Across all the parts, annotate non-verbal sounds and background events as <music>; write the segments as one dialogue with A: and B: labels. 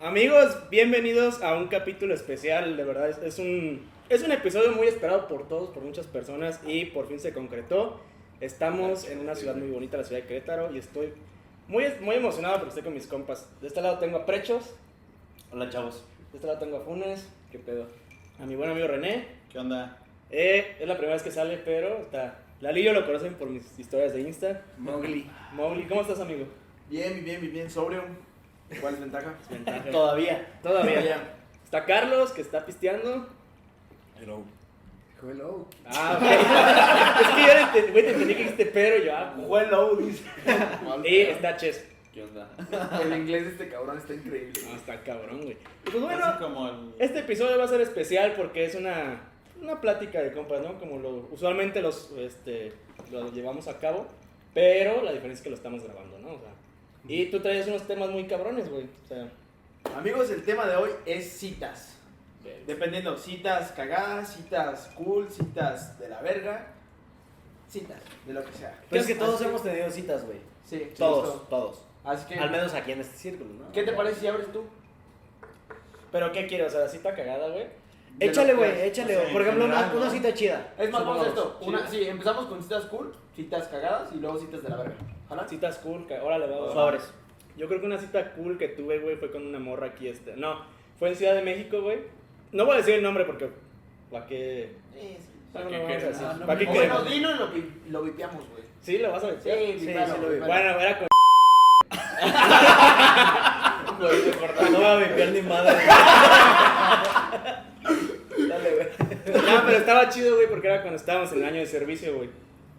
A: Amigos, bienvenidos a un capítulo especial, de verdad es, es un, es un episodio muy esperado por todos, por muchas personas y por fin se concretó. Estamos en una ciudad muy bonita, la ciudad de Querétaro, y estoy muy, muy emocionado porque estoy con mis compas. De este lado tengo a Prechos,
B: Hola chavos,
A: de este lado tengo a Funes, qué pedo. A mi buen amigo René,
B: ¿qué onda?
A: eh, es la primera vez que sale, pero está... Lalillo lo conocen por mis historias de Insta.
C: Mowgli.
A: Mowgli, ¿cómo estás, amigo?
C: Bien, bien, bien, bien, sobrio. ¿Cuál es ventaja?
B: Todavía.
A: Todavía. Está Carlos, que está pisteando.
B: Pero
C: Hello.
A: Ah, ok. <laughs> es que yo le enten- güey, te entendí que dijiste pero y yo, ah, güey.
B: Hello, dice.
A: Y está Ches.
B: ¿Qué onda?
C: <laughs> El inglés de este cabrón está increíble.
A: Ah, está cabrón, güey. Pues
B: Así
A: bueno,
B: como el...
A: este episodio va a ser especial porque es una, una plática de compas, ¿no? Como lo, usualmente los este, lo llevamos a cabo, pero la diferencia es que lo estamos grabando, ¿no? O sea, y tú traes unos temas muy cabrones, güey. O sea,
C: Amigos, el tema de hoy es citas.
A: de-
C: Dependiendo, citas cagadas, citas cool, citas de la verga. Citas, de lo que sea.
D: Pero Pues es que todos
C: Así-
D: hemos tenido citas, güey.
C: Sí,
D: Todos, todos.
C: Así que,
D: Al menos aquí en este círculo, ¿no?
C: ¿qué te parece si abres tú?
A: pero ¿qué quieres? O sea, la cita cagada, güey.
C: De
D: Échale,
C: lo que
D: güey,
C: es.
D: échale.
B: O sea,
D: por
B: en
D: ejemplo, una,
B: general,
D: una
B: ¿no?
D: cita chida.
C: Es más, vamos a
D: Supongamos.
C: esto. Una, sí, empezamos con citas cool, citas cagadas y luego citas de la verga. ¿Jala?
A: Citas cool, ca- órale, va, va, va.
D: Sobres.
A: Yo creo que una cita cool que tuve, güey, fue con una morra aquí, este. No, fue en Ciudad de México, güey. No voy a decir el nombre porque. ¿Para qué?
C: Sí, sí.
A: No,
B: ¿Pa'
A: no
B: qué
A: vamos a
B: quieres?
A: decir.
B: No,
C: O
B: no
A: ¿Pa' qué
C: bueno,
A: quieres?
C: dilo y lo, vi- lo vipeamos, güey.
A: Sí, lo vas a decir.
C: Sí,
D: sí,
C: vipéalo,
D: sí, lo vi-
C: vipéalo.
A: Bueno, era <laughs> con. no voy a vipear ni madre.
D: Dale, güey.
A: No, pero estaba chido, güey, porque era cuando estábamos en el año de servicio, güey.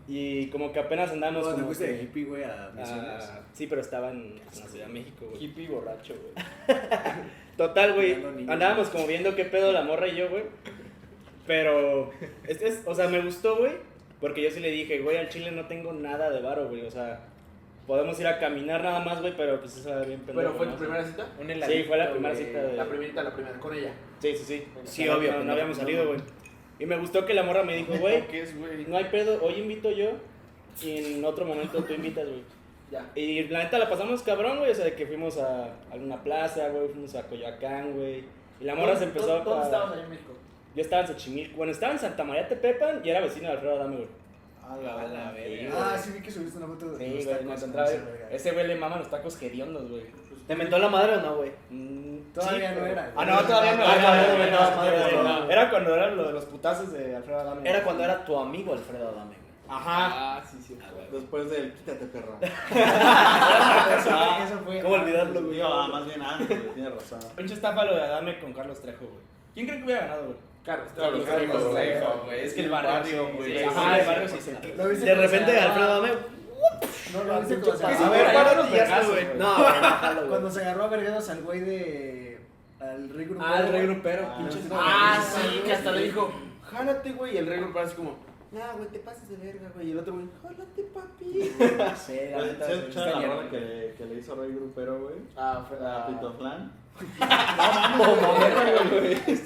A: Y como que apenas andamos.
E: No, te
A: como
E: fuiste
A: que-
E: de hippie, güey, a misiones.
A: Ah, sí, pero estaba en la Ciudad de México, güey.
B: Hippie borracho, güey.
A: <laughs> Total, güey.
E: Mirando niños.
A: Andábamos como viendo qué pedo la morra y yo, güey. Pero, es, es- o sea, me gustó, güey. Porque yo sí le dije, güey, al chile no tengo nada de varo, güey. O sea, podemos ir a caminar nada más, güey, pero pues eso era bien pendejo.
C: ¿Pero fue tu
A: ¿no?
C: primera cita?
A: Sí, fue la primera cita de...
C: La primerita, la primera, con ella.
A: Sí, sí, sí.
D: Sí,
A: No,
D: obvio,
A: No, no
D: pendejo.
A: habíamos salido, güey. Y me gustó que la morra me dijo, güey,
B: ¿Qué es, güey?
A: no hay pedo, hoy invito yo y en otro momento tú invitas, güey.
C: Ya.
A: Y la neta la pasamos cabrón, güey. O sea, de que fuimos a alguna plaza, güey. Fuimos a Coyoacán, güey. Y la morra se empezó
C: ¿Dónde- ¿Dónde
A: a-
C: estabas allá en México?
A: Yo estaba en Xochimilco. Bueno, estaba en Santa María Tepepan y era vecino de Alfredo Adame, güey.
B: A la, a la
A: Sí,
B: verga.
A: güey.
E: Ah, sí vi que subiste una foto de
A: Sí,
E: los
A: güey,
E: tacos,
A: me
E: no
A: encontraba-
E: sé, verga.
A: Ese güey le maman los tacos hediondos, güey.
D: Pues, ¿Te mentó la madre o no, güey?
A: Mm,
E: Todavía
A: sí,
E: no
A: pero-
E: era.
A: Ah, no, todavía no
D: Ah,
A: era.
D: todavía no
A: todavía
D: era,
A: no,
D: madre,
A: todavía
D: no.
A: no. Era cuando eran lo de los putazos de Alfredo Adame.
D: Era cuando era tu amigo Alfredo Adame, güey.
A: Ajá.
B: Ah, sí, sí.
E: Después del quítate, perro.
B: Ah,
E: Eso fue.
D: ¿Cómo olvidarlo, güey?
B: Digo, ah, más bien antes, güey, tiene razón.
A: Pinche estafa lo de Adame con Carlos Trejo, güey. ¿Quién cree que hubiera ganado, güey?
C: Carlos,
B: Claro,
C: Carlos, Carlos,
B: Carlos
C: Carlos.
B: Trejo, güey. Es que el barrio, güey.
A: Ajá, el
B: Sí,
A: barrio
B: sí,
A: sí se
E: ¿Lo viste
D: De
E: cómo se
D: repente
E: llamaba?
D: Alfredo Adame.
E: No, lo viste cómo se
C: A
E: llamaba?
C: ver, ¿cuál
E: Cuando-
A: ¿cuál
C: era
A: los
C: tu
A: vergazos,
C: vergazo,
A: güey?
D: <laughs> No, güey, déjalo, güey.
E: Cuando se agarró a vergados al güey de. Al rey grupero.
A: Ah, el rey
E: güey.
A: grupero,
E: Ah,
A: pinche
E: sí,
C: Ah,
E: güey.
C: sí, que hasta le dijo, jálate, güey. Y el rey grupo así como, nah, güey, te pases de verga, güey. Y el otro, güey, jálate, papi.
D: Sí, la
B: ¿Se
D: neta,
B: ha
D: sí,
B: escuchado
D: está
B: Pues, la
D: lleno,
B: rola que
D: güey.
B: le, que le hizo Rey Grupero, güey?
C: Ah, fue
B: A
C: la
B: Pitoflan. Está bien
A: güey.
E: Ah, "Pues,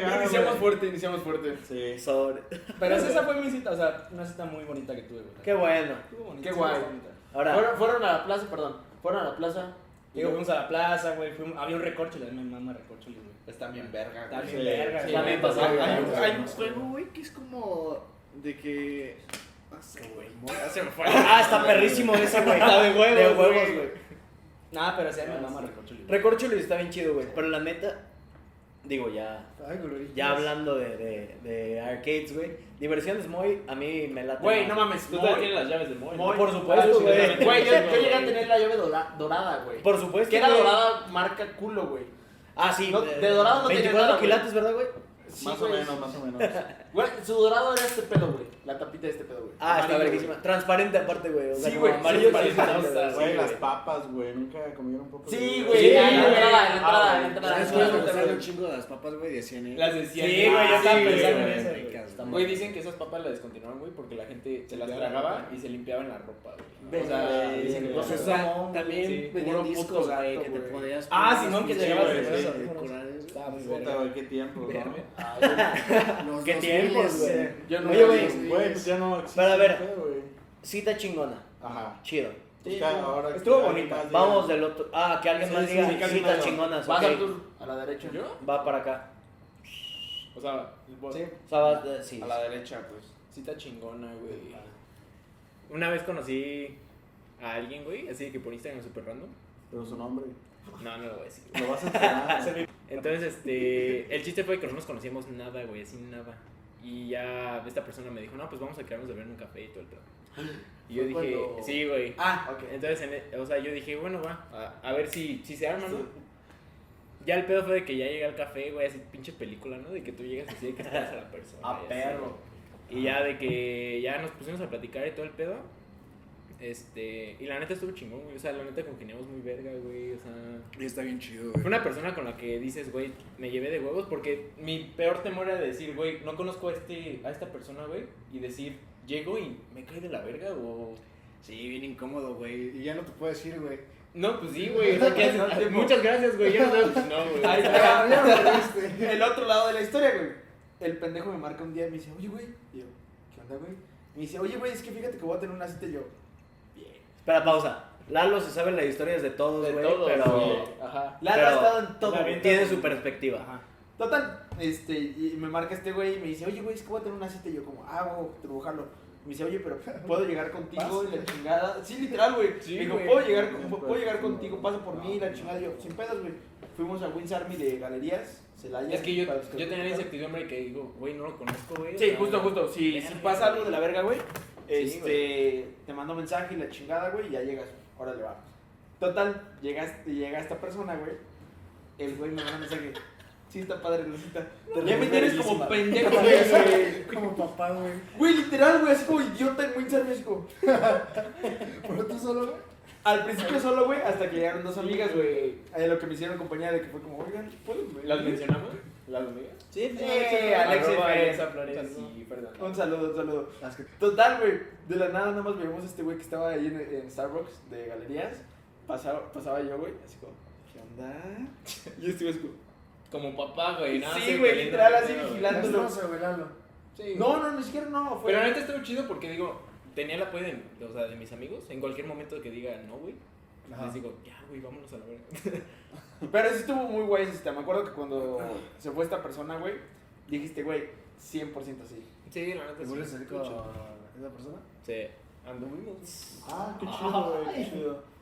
B: cagado,
C: Iniciamos
B: güey.
C: fuerte, iniciamos fuerte.
B: Sí.
D: Sobre.
A: Pero esa, esa fue mi cita, o sea, una cita muy bonita que tuve, güey.
D: Qué bueno.
A: Estuvo bonita,
C: Qué guay.
A: estuvo bonita.
D: Ahora,
C: Fueron, fueron a la plaza, perdón. Fueron a la plaza.
A: Digo, fuimos a la plaza, güey. fuimos- había un recorcholis, mi mamá recorcholis, güey.
C: Están bien verga,
A: Está bien,
B: Sí,
A: verga,
C: sí,
A: güey.
D: también pasaba.
C: Hay un-
E: Hay un juego, güey, que es como. De que. Ah, se güey, mora, se me fue.
D: ah, está
A: <laughs>
D: perrísimo ese, güey.
A: Está de huevos,
D: De huevos,
A: güey.
D: güey.
A: Nah, pero sí, mi mamá recorcholis. güey.
D: Recorchulo y está bien chido, güey. Pero la neta, digo, ya
E: Ay, coloritas.
D: Ya hablando de, de, de arcades, güey. Diversiones muy, a mí me late.
C: Güey,
D: más.
C: no mames.
B: Tú
C: Moy.
B: todavía tienes las llaves de Moy.
C: Moy.
D: Por supuesto, Ah, güey.
C: Güey, yo, yo llegué a tener la llave dola- dorada, güey.
D: Por supuesto.
C: Que era
D: güey.
C: dorada marca culo, güey.
D: Ah, sí.
C: No,
D: eh,
C: de dorado no tenía
D: 24
C: nada, güey.
D: quilates, ¿verdad, güey?
C: Sí,
B: Más o
C: güey.
B: menos, más o menos.
C: Güey, su dorado era este pedo, güey. La tapita de este pedo, güey.
D: Ah, está
C: Amarillo,
D: verguísima. Transparente aparte, güey. O sea,
C: Sí,
D: como
C: güey,
D: Amarillo
C: sí,
D: transparente.
C: transparente,
D: güey.
B: Güey, las papas, güey, nunca comieron papas.
C: Sí,
A: güey.
C: güey.
A: Sí,
C: ahí en la
A: güey.
C: entrada, en la entrada,
B: Ah,
C: en
B: güey.
C: la entrada. en
E: ¿Sabes
C: la
E: cuál me
C: entrada,
E: gustaron un
C: güey.
E: chingo las papas, güey? De ¿eh? 100
A: Las de cien. Sí, güey, yo
B: Ah,
A: estaba
B: sí,
A: pensando en
B: güey.
A: eso.
E: Ricas,
D: Está
C: mames.
A: Güey, dicen que esas papas las descontinuaron, güey, porque la gente se las
B: Ya.
A: tragaba y se limpiaban la ropa, güey. O
C: Ven,
A: sea,
C: güey.
A: dicen que
C: O
A: no
C: sea,
A: se
F: sea, también
A: sí,
F: vendían
C: puro
F: discos,
C: puto
F: güey,
C: gato,
F: que te
C: güey.
F: podías.
G: Ah, Simón, que
F: te
G: te
B: llegabas de
G: eso.
F: Los
E: ah,
G: Estaba muy verga.
B: Puta, güey, qué tiempos, ¿no?
A: Verga.
C: Ah,
E: ¿Qué
F: 2000s,
E: tiempos, güey?
B: Yo no
E: Oye,
B: era
E: güey,
B: de- Güey, pues ya no existe.
E: Pero a ver.
B: ese, güey.
E: Cita chingona.
B: Ajá.
E: Chido.
B: Pues ya, ahora que
G: Estuvo
B: alguien
G: bonita.
B: más
E: Vamos
B: diga-
E: del otro. Ah, que alguien
B: Sí,
E: más
B: sí,
E: diga
B: sí, que alguien
E: citas
B: más.
E: chingonas.
C: Vas
E: ok.
C: Artur, a la derecha.
A: ¿Yo?
E: Va para acá.
A: O sea, vos-
B: Sí.
E: O sea, vas, eh, sí.
C: A la derecha, pues.
A: cita chingona, güey.
B: Ah.
A: Una vez conocí a alguien, güey, así que por Instagram super random.
B: Pero su nombre.
A: No, no lo voy a decir. güey.
B: Lo vas a enterar.
A: Entonces, este, el chiste fue que no nos conocíamos nada, güey, así nada. Y ya esta persona me dijo, no, pues vamos a quedarnos de ver en un café y todo el pedo. Y yo
C: Fue
A: dije,
C: cuando-
A: sí, güey.
C: Ah, ok.
A: Entonces, en e- o sea, yo dije, bueno, va, a, a ver si, si se arma, ¿no? Ya el pedo fue de que ya llegué al café, güey, así pinche película, ¿no? De que tú llegas así de que esperas a la persona. y
E: A
A: así,
E: perro.
A: y ya de que ya nos pusimos a platicar y todo el pedo. Este, y la neta estuvo chingón, güey. O sea, la neta congeniamos muy verga, güey. O sea,
F: Y está bien chido,
A: fue
F: güey.
A: una persona con la que dices, güey, me llevé de huevos. Porque mi peor temor era decir, güey, no conozco a, este, a esta persona, güey. Y decir, llego y me cae de la verga, o.
F: Sí, bien incómodo, güey. Y ya no te puedes ir,
B: <laughs>
F: güey.
A: No, pues sí, güey. O sea, ¿qué haces? Muchas gracias, güey. Yo no sé, pues, no, güey.
C: Ah, ya me perdiste. El otro lado de la historia, güey. El pendejo me marca un día y me dice, oye, güey. Y yo, ¿qué onda, güey? Me dice, oye, güey, es que fíjate que voy a tener una cita y yo.
E: Espera, pausa. Lalo se sabe las historias de
A: <laughs>
E: todos,
A: De
E: güey,
A: todos,
E: pero
A: güey. Ajá.
C: Lalo
E: Pero-
C: ha estado en todo.
G: La
C: güey.
E: tiene su perspectiva.
C: Total, este, y me marca este güey y me dice, oye, güey, es que voy a tener una cita. Y yo, como, ah, güey, te voy a jalo". Me dice, oye, pero puedo llegar contigo y la chingada. Sí, literal, güey.
A: Sí,
C: me dijo,
A: güey.
C: puedo llegar, con-
B: No,
C: puedo llegar
B: no,
C: contigo, pasa por
B: no,
C: mí y la
B: no,
C: chingada. Y yo,
B: no.
C: sin pedos, güey. Fuimos a Wins Army de Galerías, Celaya.
A: Es que yo,
C: para
A: yo
C: los
A: tenía la
C: escuchan.
A: incertidumbre que digo, güey, no lo conozco, güey. o
C: Sí,
A: sea,
C: justo, justo. Si, si
A: Verga,
C: pasa algo de la verga, güey,
A: Sí,
C: este,
A: güey.
C: te mando mensaje y la chingada, güey, y ya llegas. Órale, va. Total, llegas, llega esta persona, güey. El güey me manda mensaje. Sí, está padre la cita. ya me tienes como <laughs> pendejo, güey.
F: Como papá, güey.
C: Güey, literal, güey, así como idiota en Windsor, México.
F: Pero tú solo, güey.
C: Al principio solo, güey, hasta que llegaron dos amigas, güey. A lo que me hicieron compañía de que fue como, oigan, ¿pueden venir?"
A: ¿Las mencionamos? ¿Las amigas?
C: Sí, sí,
A: Eh,
C: Alex
A: arroba
C: Flores.
A: Alexa Flores
C: Un
A: y Fernando.
C: Un saludo, un saludo.
F: Las que-
C: Total, güey. De la nada, nada más vimos a este güey que estaba ahí en, en Starbucks de galerías. Pasaba, pasaba yo, güey, así como, ¿qué onda? Y este güey, así como,
A: Como papá, güey. nada,
C: Sí,
A: sí,
C: güey, literal, así
A: güey.
C: vigilante.
F: Castroso, güey, Lalo.
A: Sí,
C: no,
A: güey.
C: no, ni siquiera no. Fue,
A: Pero neta estuvo chido porque digo, tenía el apoyo de, o sea, de mis amigos. En cualquier momento que diga no, güey. Les digo, ya, güey, vámonos a la verga.
C: Pero sí estuvo muy guay ese cita. Me acuerdo que cuando se fue esta persona, güey, dijiste, güey, 100% así.
A: Sí, la neta.
F: ¿Te vuelves a
A: sí,
F: salir con esa persona?
A: Sí, anduvimos.
B: Ah, qué chido, güey. qué chido.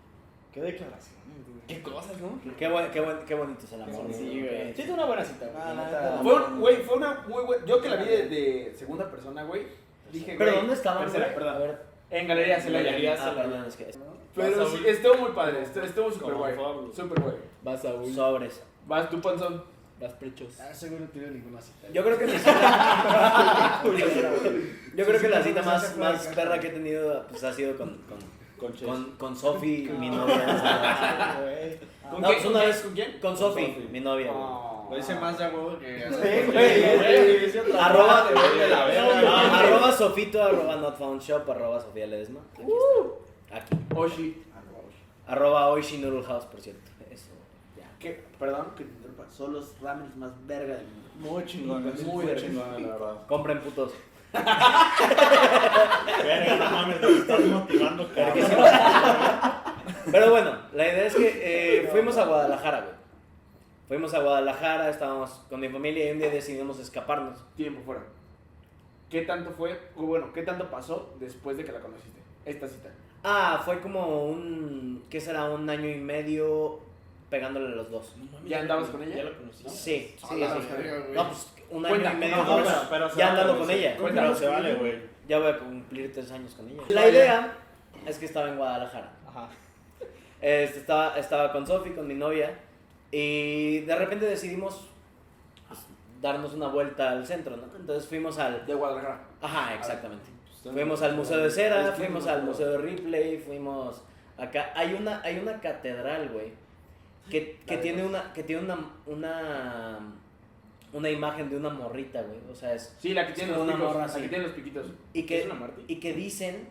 G: Qué declaraciones, güey.
A: Qué cosas, ¿no?
E: Qué, buen- qué, buen- qué bonito es el amor.
A: Sí, güey.
G: Sí, es una buena cita, güey. la
B: Ah, la
G: neta.
B: neta.
C: Fue, un- güey, fue una muy buena. Yo que la vi de, de segunda persona, güey, dije,
E: Pero
C: güey,
E: ¿dónde estaban,
C: tercera,
E: güey?
C: perdón.
E: A ver.
C: En Galería Celaya.
A: Galerías.
E: Ah, perdón, es que...
C: Pero sí, estuvo muy padre, estuvo, estuvo súper
A: Como
C: guay.
A: Pablo.
C: Súper guay.
A: Vas a un,
E: Sobres.
C: Vas tú, panzón.
A: vas prechos.
F: Ah, seguro no tiene ninguna cita.
E: Yo creo que mi cita... <laughs> Yo creo que la
F: Sí,
E: cita
F: sí,
E: más,
F: sí,
E: más
F: sí.
E: perra que he tenido pues, ha sido con, con,
B: Con Chess.
E: con, con Sofi, mi novia.
B: Güey.
E: ¿Con no, pues una vez
C: ¿Con quién?
E: con Sofi, Ah.
B: Sofi.
E: mi novia. güey.
C: Lo hice más de huevo que.
E: Arroba,
B: de la verga.
E: No, arroba sofito, arroba not found shop, arroba Sofía Ledesma. Aquí está. Aquí.
C: Oshi.
E: Arroba Oishi Noodle House, por cierto. Eso. ya.
C: Que, perdón que te interrumpa, son los ramen más verga del mundo.
B: Muy chingón,
C: Muy
B: muy
C: verga.
B: chingón, la verdad.
E: Compren putos.
B: Verga, no mames, te estás motivando, cabrón.
E: Pero bueno, la idea es que <laughs> eh, fuimos a Guadalajara, güey. Fuimos a Guadalajara, estábamos con mi familia y un día decidimos escaparnos.
C: Tiempo fuera. ¿Qué tanto fue, o bueno, qué tanto pasó después de que la conociste? Esta cita.
E: Ah, fue como un. ¿Qué será? Un año y medio pegándole a los dos.
A: No mames,
C: ¿Ya andabas
A: la-
C: con ella?
A: Ya la conocí.
E: Sí,
F: A Ah,
E: sí,
F: la
E: sí.
F: verga, güey.
E: No, pues un año
C: Ah, Cuenta,
E: y medio.
C: no,
E: dos.
B: pero- pero se
E: ya
B: vale,
E: andando con
B: güey,
E: ella.
B: Pero se vale, güey.
E: Ya voy a cumplir tres años con ella. La
C: Vaya.
E: idea es que estaba en Guadalajara.
G: Ajá.
E: Este, estaba, estaba con Sofi, con mi novia, y de repente decidimos pues, darnos una vuelta al centro, ¿no? Entonces fuimos al...
C: pues, De Guadalajara.
E: Ajá, exactamente.
C: pues,
E: Fuimos al Museo de Cera, fuimos al Museo de Ripley, fuimos acá. Hay una, hay una catedral, güey, que, que tiene, una, que tiene una, una, una imagen de una morrita, güey. O sea, es.
C: Sí, la que
E: Es
C: tiene los
E: como una
C: picos.
E: morra
C: La
E: así.
C: que tiene los piquitos.
E: Y que,
H: ¿Es una Marty?
E: y que dicen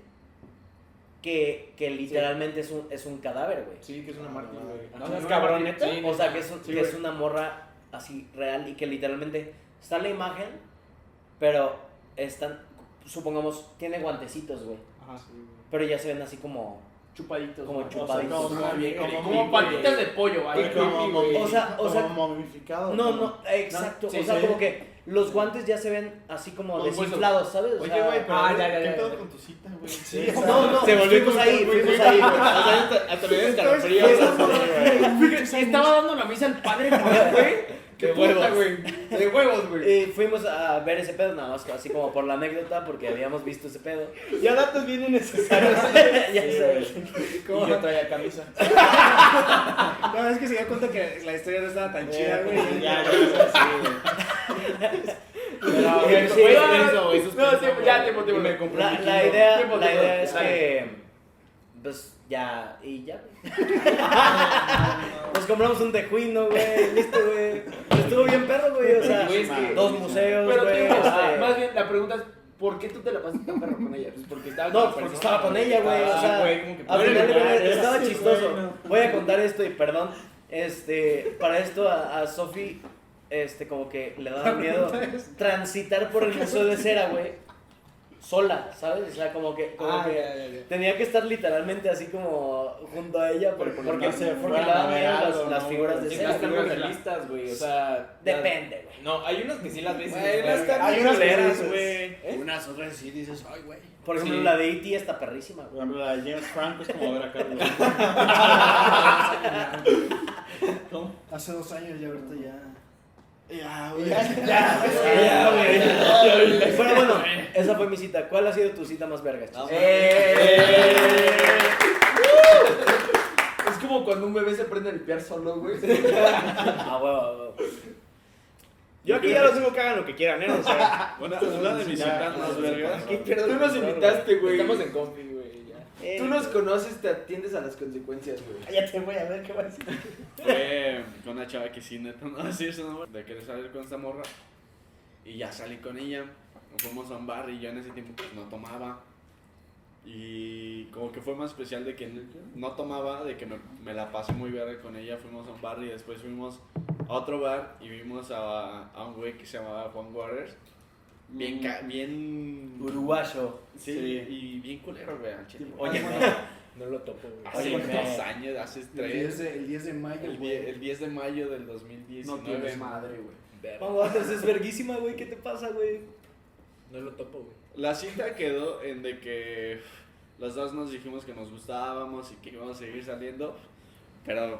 E: que, que literalmente es, un, es un cadáver, güey.
H: Sí, que es una mártir, güey.
C: no, no,
H: es
C: no,
H: cabrón,
C: no,
H: neta.
C: sí,
E: O sea, que es, un-
C: Sí,
E: que
C: güey.
E: es una morra así real y que literalmente está la imagen, pero están, supongamos, tiene guantecitos, güey.
I: Ajá.
E: Pero ya se ven así como,
C: Chupaditos.
E: como
C: ¿no?
E: chupaditos.
B: como- como-
C: Como patitas de pollo, ahí.
B: Ay, como-
H: creepy,
B: como-
H: güey.
E: O sea, o sea-
B: Ah, como momificado.
E: No, no, exacto.
C: sí,
E: o sea,
C: sí.
E: como que los guantes ya se ven así como
C: Con hueso.
E: desinflados, ¿sabes? O
B: Oye,
E: sea,
B: güey, pero
C: ah, ya, ya,
B: ¿qué
C: ya,
B: pedo
C: ya.
B: con tu cita, güey?
I: Sí,
B: O sea,
E: No, no,
I: se volvió
E: fuimos ahí,
I: muy-
E: fuimos ahí, güey.
I: O sea, hasta- hasta
E: <laughs>
I: me dio escalofrío.
C: Estaba dando la misa al padre, güey.
I: De
C: Qué
I: huevos.
C: puta, güey. De huevos, güey.
E: Y eh, fuimos a ver ese pedo, nada más, así como por la anécdota, porque habíamos visto ese pedo.
I: Ya datos bien innecesarios.
E: <laughs> ya sabes.
H: Y yo traía camisa.
A: No, es que se dio cuenta que la historia no estaba tan chida, güey.
B: Ya, güey, o sea, sí, güey.
E: Pero,
C: Eh, Güey,
E: sí,
C: güey, no,
E: güey.
H: güey,
C: no,
H: suspenso,
C: tiempo,
H: güey.
C: ya, tiempo, tiempo.
H: Me
E: La,
C: comprometí.
E: la idea,
C: Tiempo,
E: la
C: tiempo,
E: idea es
C: dale.
E: que. Pues ya. Y ya, <laughs> güey. Nos compramos un tejuino, güey. Listo, güey. Estuvo bien perro, güey. O sea,
C: Güey, es que-
E: dos museos,
C: Pero
E: güey.
C: tío,
E: este,
C: más bien la pregunta es ¿por qué tú te la pasas tan perro con ella? Pues porque estaba
E: No,
C: la
E: pues, porque
C: persona,
E: estaba con ella, güey.
C: Ah,
E: o sea,
C: güey, como que
E: al final de
C: pobre,
E: cuentas,
B: eres
E: estaba
B: así,
E: chistoso.
B: güey, no.
E: Voy a contar esto y perdón. Este, para esto a, a Sofi, este, como que le
C: <laughs>
E: daba miedo transitar por el museo de cera, güey. Sola, ¿sabes? O sea, como que, como
C: Ah,
E: que
C: ya, ya, ya.
E: tenía que estar literalmente así como junto a ella por-
B: Pero pues
E: porque,
B: no se
E: porque
B: fueran
E: le daban
B: a ver
E: miedo las,
B: algo,
E: las
B: ¿no?
E: figuras de
H: Sí,
C: Las
E: cera.
H: están
C: figuras
H: muy
C: de la-
H: realistas, güey. O sea.
E: Depende, güey.
H: No, hay unas que sí las ves. y
C: Güey,
H: dices,
C: unas
H: "Verga".
C: están
H: Hay
C: bien
H: unas que
I: culeras,
H: dices,
I: güey.
H: ¿eh?
A: Unas otras sí dices, ay, güey.
E: Por ejemplo,
H: Sí.
E: la de E.T. está perrísima,
B: Por
E: güey.
B: ejemplo, la de James Franco es como ver a Carlos. ¿Cómo?
A: Hace dos años ya, ahorita ya. <laughs> Ya, güey.
E: <laughs> Ya,
A: <laughs>
E: güey. Pero bueno, esa fue mi cita. ¿Cuál ha sido tu cita más verga, chis?
A: Ah,
C: ¡Eh! Es como cuando un bebé se prende a limpiar solo, güey.
E: Ah, huevo, a huevo.
I: Yo aquí ya los digo que hagan lo que quieran, ¿eh? O sea,
B: Una, una de mis citas más vergas.
I: ¿Qué
C: Pero tú nos invitaste, güey.
H: Estamos en confi, güey. ya.
E: Eh,
C: Tú nos conoces, te atiendes a las consecuencias, güey.
E: Cállate, güey, a ver qué va a decir.
J: Fue con una chava que sí, neta, no <laughs> así eso, ¿no? De querer salir con esta morra. Y ya salí con ella. Nos fuimos a un bar y yo en ese tiempo pues no tomaba. Y como que fue más especial de que no tomaba, de que me, me la pasé muy verga con ella. Fuimos a un bar y después fuimos a otro bar y vimos a, a un güey que se llamaba Juan Waters. Bien, ca- bien.
E: Uruguayo.
J: Sí,
B: Sí.
J: y bien culero, güey, al chile.
E: Oye,
A: Ah,
H: No lo topo, güey.
J: hace
E: oye,
J: dos
E: me-
J: años, hace
A: El
J: tres.
A: 10 de, el 10 de mayo,
J: El, die-
A: güey.
J: el 10 de mayo del
C: No
J: 2019.
C: tienes madre, güey.
H: Verga.
E: eh, Vamos, es verguísima, güey. ¿Qué te pasa, güey?
H: No lo topo, güey.
J: La cita quedó en de que las dos nos dijimos que nos gustábamos y que íbamos a seguir saliendo, pero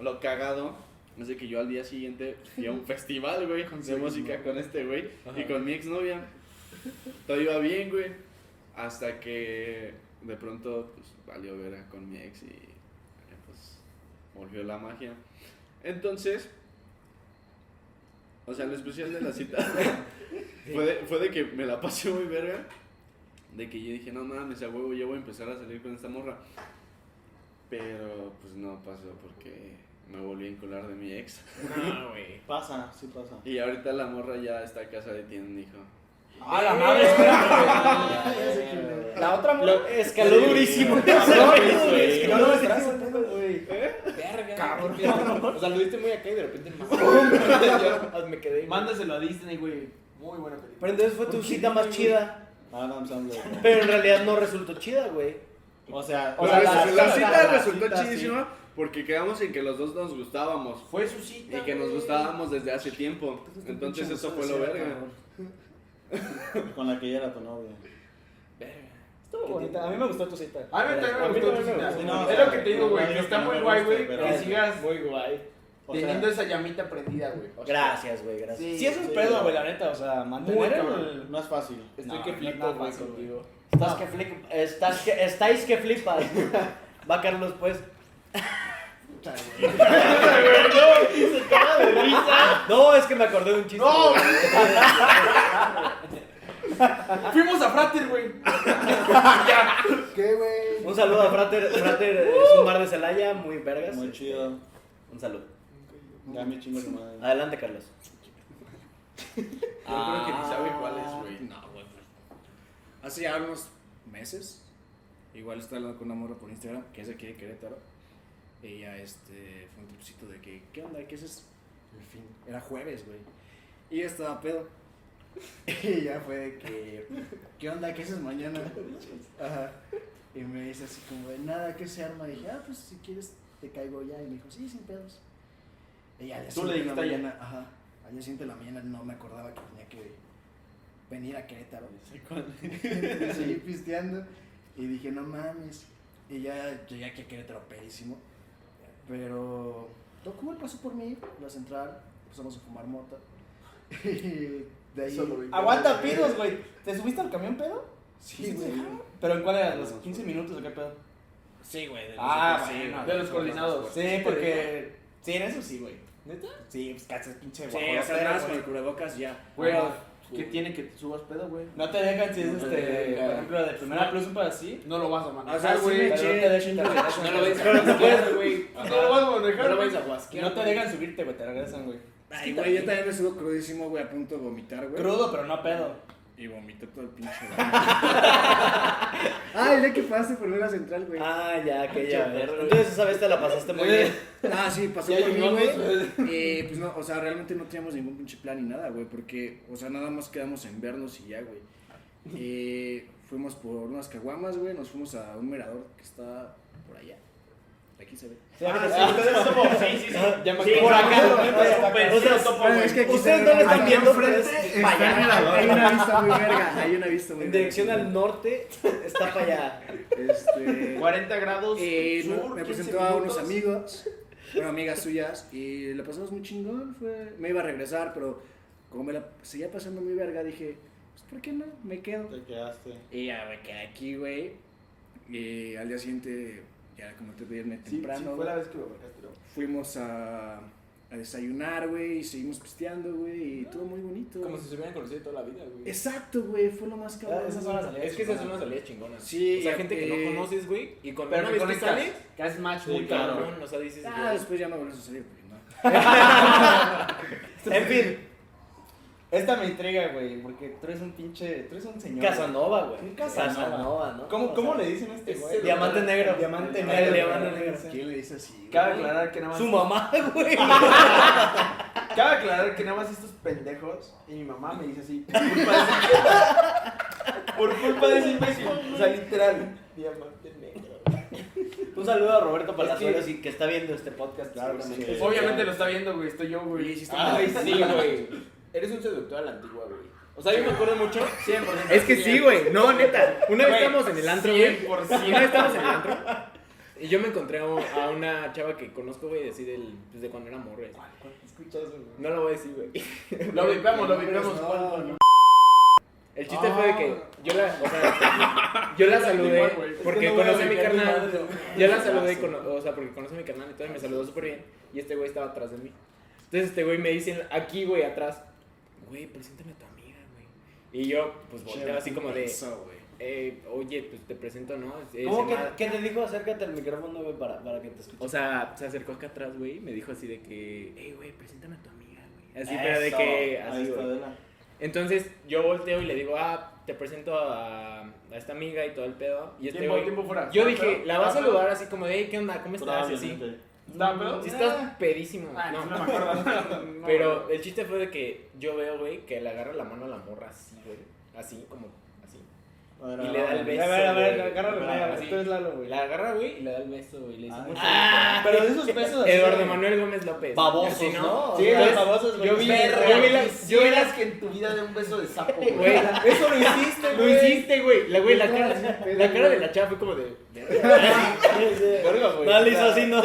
J: lo cagado es de que yo al día siguiente fui
C: <laughs>
J: a un festival, güey, de música con este güey y
H: Ajá.
J: con mi exnovia. Todo iba bien, güey, hasta que de pronto pues, valió ver con mi ex y eh, pues volvió la magia. Entonces, o sea, lo especial de la cita <laughs> fue, de, fue de que me la pasé muy verga. De que yo dije, no mames, a huevo, yo voy a empezar a salir con esta morra. Pero pues no pasó porque me volví a encolar de mi ex.
H: No, güey.
B: Pasa, sí pasa.
J: Y ahorita la morra ya está casada y tiene un hijo.
C: ¡A la madre!
A: Ah,
E: La otra
J: <laughs>
I: Lo-
E: escaló durísimo.
I: Cabrón, güey.
E: Es que
A: No,
E: no
A: no,
E: lo
A: estás el pedo, güey.
H: Verga. Cabrón. O sea, lo diste muy acá y de repente más.
E: Ah, me quedé.
C: Mándaselo a Disney, güey. Muy buena película.
E: Pero entonces fue tu cita más chida.
B: Adam Sandler. güey.
E: Pero en realidad no resultó chida, güey.
B: O sea,
C: O sea,
J: la, la
C: la-
J: cita resultó
B: chidísima
J: chidísima porque quedamos en que los dos nos gustábamos.
C: Fue su cita.
J: Y que nos
C: güey.
J: gustábamos desde hace tiempo. Entonces eso fue lo verga.
B: Con la que ya era tu novia.
I: estuvo bonita. A mí me gustó tu cita.
C: A mí también
I: A
C: me
I: mí
C: gustó tu
I: también me
C: cita.
I: gustó.
B: Sí, no, o
C: es
B: sea,
C: lo que te digo, güey.
B: no
C: Que
B: digo
C: está
B: que no
C: muy
B: me
C: guay,
B: guste,
C: güey.
B: pero-
C: Que sigas
H: Muy guay.
B: O
C: teniendo
B: sea,
C: esa llamita prendida, güey. O sea,
E: Gracias, güey, gracias.
I: Sí, es un pedo, güey, la neta. O sea,
B: muy
I: mantener
B: cabrón,
I: el.
B: no es fácil.
H: Estoy
I: No,
H: que
I: no es
H: flipo,
I: nada
H: güey,
I: fácil,
H: contigo.
E: Estás que flip- estás que- estáis que
I: <laughs>
E: flipas. Va Carlos, pues. No, es que me acordé de un chiste.
C: ¡No!
E: güey.
K: Ah,
C: Fuimos a Frater, güey.
A: ¿Qué, güey?
E: Un saludo a Frater. Frater es un bar de Celaya,
C: este,
E: muy vergas.
B: Muy chido.
E: Un saludo.
B: Ya me chingo su madre.
E: Adelante, Carlos.
J: Yo creo que ni sabe cuál es, güey.
K: No, güey. pues. Hace ya unos meses, igual estaba hablando con una morra por Instagram, que es de aquí de Querétaro. Ella, este, fue un tripcito de que, ¿qué onda? ¿Qué haces? En fin, era jueves, güey. Y yo estaba pedo. <laughs> Y ya fue de que, ¿qué onda? ¿Qué
L: <laughs>
K: haces mañana? Ajá. Y me dice así como de, nada, ¿qué se arma? Y dije, ah, pues si quieres te caigo ya. Y me dijo, sí, sin pedos. Y ya,
L: Tú le dijiste a ella.
K: mañana, ajá, ayer siente la mañana no me acordaba que tenía que venir
L: <laughs>
K: a Querétaro. Y seguí pisteando y dije, no mames. Y ya llegué aquí a Querétaro pedísimo. Pero todo cool pasó por mí, las entrar, empezamos a fumar <laughs> mota. Y de ahí.
A: Aguanta pidos, güey. ¿Te subiste al camión pedo?
K: Sí, güey.
A: ¿Pero en cuál era? ¿Los 15 minutos o qué pedo?
K: Sí, güey. de los-
A: Ah,
K: sí,
A: bueno,
K: güey.
A: de los coordinados. Sí, porque. Sí, en eso sí, güey.
E: ¿Neta?
A: Sí, pues cachas pinche
K: Sí,
A: guajolote,
K: o sea, nada más con
A: güey.
K: el cubrebocas ya.
A: Güey,
L: ¿Qué tiene que te subas pedo, güey?
A: no te dejan si es
L: te
A: este.
L: dejan.
A: Por ejemplo, de primera plus un para así.
C: No lo vas a
K: O
C: manejar.
K: sea, sí me
A: pero no te
K: eché
A: dejes
K: chingo
A: tan-
K: de vasos.
E: No lo vais a guasquear, güey. Ajá.
C: vas a
E: No lo vais a guasquear.
A: No te dejan subirte, güey, te regresan, güey.
K: Ay, güey, yo también me subo crudísimo, güey, a punto de vomitar, güey.
A: Crudo, pero no pedo.
K: Y vomité todo el pinche
M: <laughs>
K: baño. ah, el día que pasaste por una central, güey. Ah,
M: Ah, ya, que ya.
A: Pinche perro.
M: Entonces esa vez te la pasaste muy
E: <laughs>
M: bien.
K: Ah, sí, pasó
A: Ya
K: por mí,
A: llegó,
K: güey. Eh, pues no, o sea, realmente no teníamos ningún pinche plan ni nada, güey, porque, o sea, nada más quedamos en vernos y ya, güey. Eh, fuimos por unas caguamas, güey, nos fuimos a un mirador que está por allá. Aquí se ve.
E: Sí,
A: <laughs>
E: sí, sí. Ya me
M: Sí,
E: acuerdo.
M: por acá,
E: No,
M: güey, por acá.
E: pues,
M: O sea,
E: sí,
M: Ah, bueno, es que aquí
K: Ustedes
M: se
K: no
M: ve-
K: lo están
M: aquí
K: viendo,
M: enfrente
K: pero es
M: está
K: para allá.
M: allá.
K: Hay una vista muy verga, hay una vista muy
M: En
K: verga.
M: dirección al norte está para allá.
K: Este...
C: 40 grados.
K: Eh,
C: sur,
K: me- me
C: 15
K: presentó a unos
C: minutos.
K: amigos, bueno, amigas suyas, y la pasamos muy chingón. Fue, me iba a regresar, pero como me la seguía pasando muy verga, dije, pues ¿por qué no? Me quedo.
B: Te quedaste.
K: Y ya me quedé aquí, güey. Y al día siguiente, ya era como te viernes
L: Sí,
K: temprano.
L: sí, fue la vez que lo marcaste, ¿no?
K: Fuimos a, a desayunar, güey, y seguimos pisteando, güey, y todo muy bonito.
E: Ah. Como si se hubieran conocido toda la vida, güey.
K: Exacto, güey, fue lo más cabrón.
A: Ah, esas son las salidas
E: Es que esas son
A: chingonas.
E: unas salidas chingonas.
A: <laughs>
K: Sí,
E: O sea,
K: y
E: gente que
K: eh,
E: no conoces, güey. Y con
C: Pero
E: una vez que
C: reconectas,
E: sales,
C: que haces match
E: muy
C: muy cabrón.
E: cabrón. O sea, dices,
K: Ah,
E: güey.
K: después ya no volvió a suceder, porque no.
A: En fin. Esta me intriga, güey, porque tú eres un pinche. Tú eres un señor.
M: Casanova, güey.
A: Un Casanova.
M: ¿no?
A: ¿Cómo,
M: O
A: cómo
M: <laughs> sea,
A: le dicen a este
E: ese
A: güey?
M: Diamante negro.
A: Diamante
M: El
A: negro.
M: diamante
A: güey.
M: negro.
A: Sí.
K: ¿Quién le dice así?
L: Cabe aclarar que nada más.
M: Su mamá, <laughs>
E: <laughs>
M: güey.
L: Cabe aclarar que nada más estos pendejos y mi mamá me dice así. Por culpa de ese- Por culpa de ese imbécil. O sea, literal. Diamante negro.
M: Un saludo a Roberto
L: que-
M: Palazuelos y que está viendo este podcast.
L: Claro,
M: seguramente.
L: sí.
C: Obviamente lo está viendo, güey. Estoy yo, güey.
E: Ay, sí, güey. Eres un seductor a la antigua, güey. O sea, yo me acuerdo mucho. 100%.
N: Es que sí, güey. No, neta. Una vez
E: Güey,
N: estamos en el antro, güey.
C: 100%.
N: Una vez estamos en el antro.
E: Y yo me encontré a un- a una chava que conozco, güey, así del, desde cuando era morra.
A: Escucha eso, güey.
E: No lo voy a decir, güey.
C: Lo vipeamos, lo vipeamos.
E: El chiste fue de
M: Ah.
E: que yo la, o sea, yo la saludé porque conocí a mi carnal. Yo la saludé, y cono- o sea, porque conocí a mi carnal, entonces me saludó súper bien. Y este güey estaba atrás de mí. Entonces este güey me dice, aquí, güey, atrás, güey, preséntame a tu amiga, güey. Y yo, pues volteaba así como de, eh, oye, pues te presento, ¿no? Es- es
M: ¿Cómo que,
E: Emma".
M: qué te dijo? Acércate al micrófono, güey, para, para que te escuche.
E: O sea, se acercó acá atrás, güey, y me dijo así de que, hey, güey, preséntame a tu amiga, güey. Así, pero de que,
B: Ahí
E: así,
B: está
E: güey.
B: Adela.
E: Entonces yo volteo y le digo, ah, te presento a, a esta amiga y todo el pedo. Y este
C: Tiempo,
E: güey,
C: tiempo fuera.
E: yo dije, la vas a
C: saludar.
E: saludar así como, hey, ¿qué onda? ¿Cómo estás? Y así.
B: Probablemente.
C: ¿Está pedo?
E: Si <laughs> estás pedísimo.
C: Ah,
E: no.
C: no, me acuerdo.
E: Pero el chiste fue de que yo veo, güey, que le agarra la mano a la morra así, güey. Así, como, así.
B: A ver,
E: Y
B: a
E: le da el
B: ver.
E: beso.
A: A ver, a ver,
E: güey. Ah,
A: agárralo,
E: Pero
A: Lalo,
E: así.
A: tú eres Lalo, güey.
E: La agarra, güey, y le da el beso, güey. y Le dice,
B: Ah.
E: "Mucho
A: Pero de esos besos
E: gusto".
A: así,
E: Eduardo
A: güey.
E: Manuel Gómez López.
M: Babosos,
E: Así,
M: ¿no?
A: Sí,
E: Entonces,
A: los famosos, güey.
E: Yo vi,
A: Perra.
E: yo vi la, yo vi la-
C: que en tu vida de un beso de sapo,
E: Güey,
A: Eso lo hiciste,
E: Lo
A: güey.
E: hiciste, güey. La, güey, la, cara, la cara de la chava fue como de. Verga, güey.
M: No, le hizo así, no.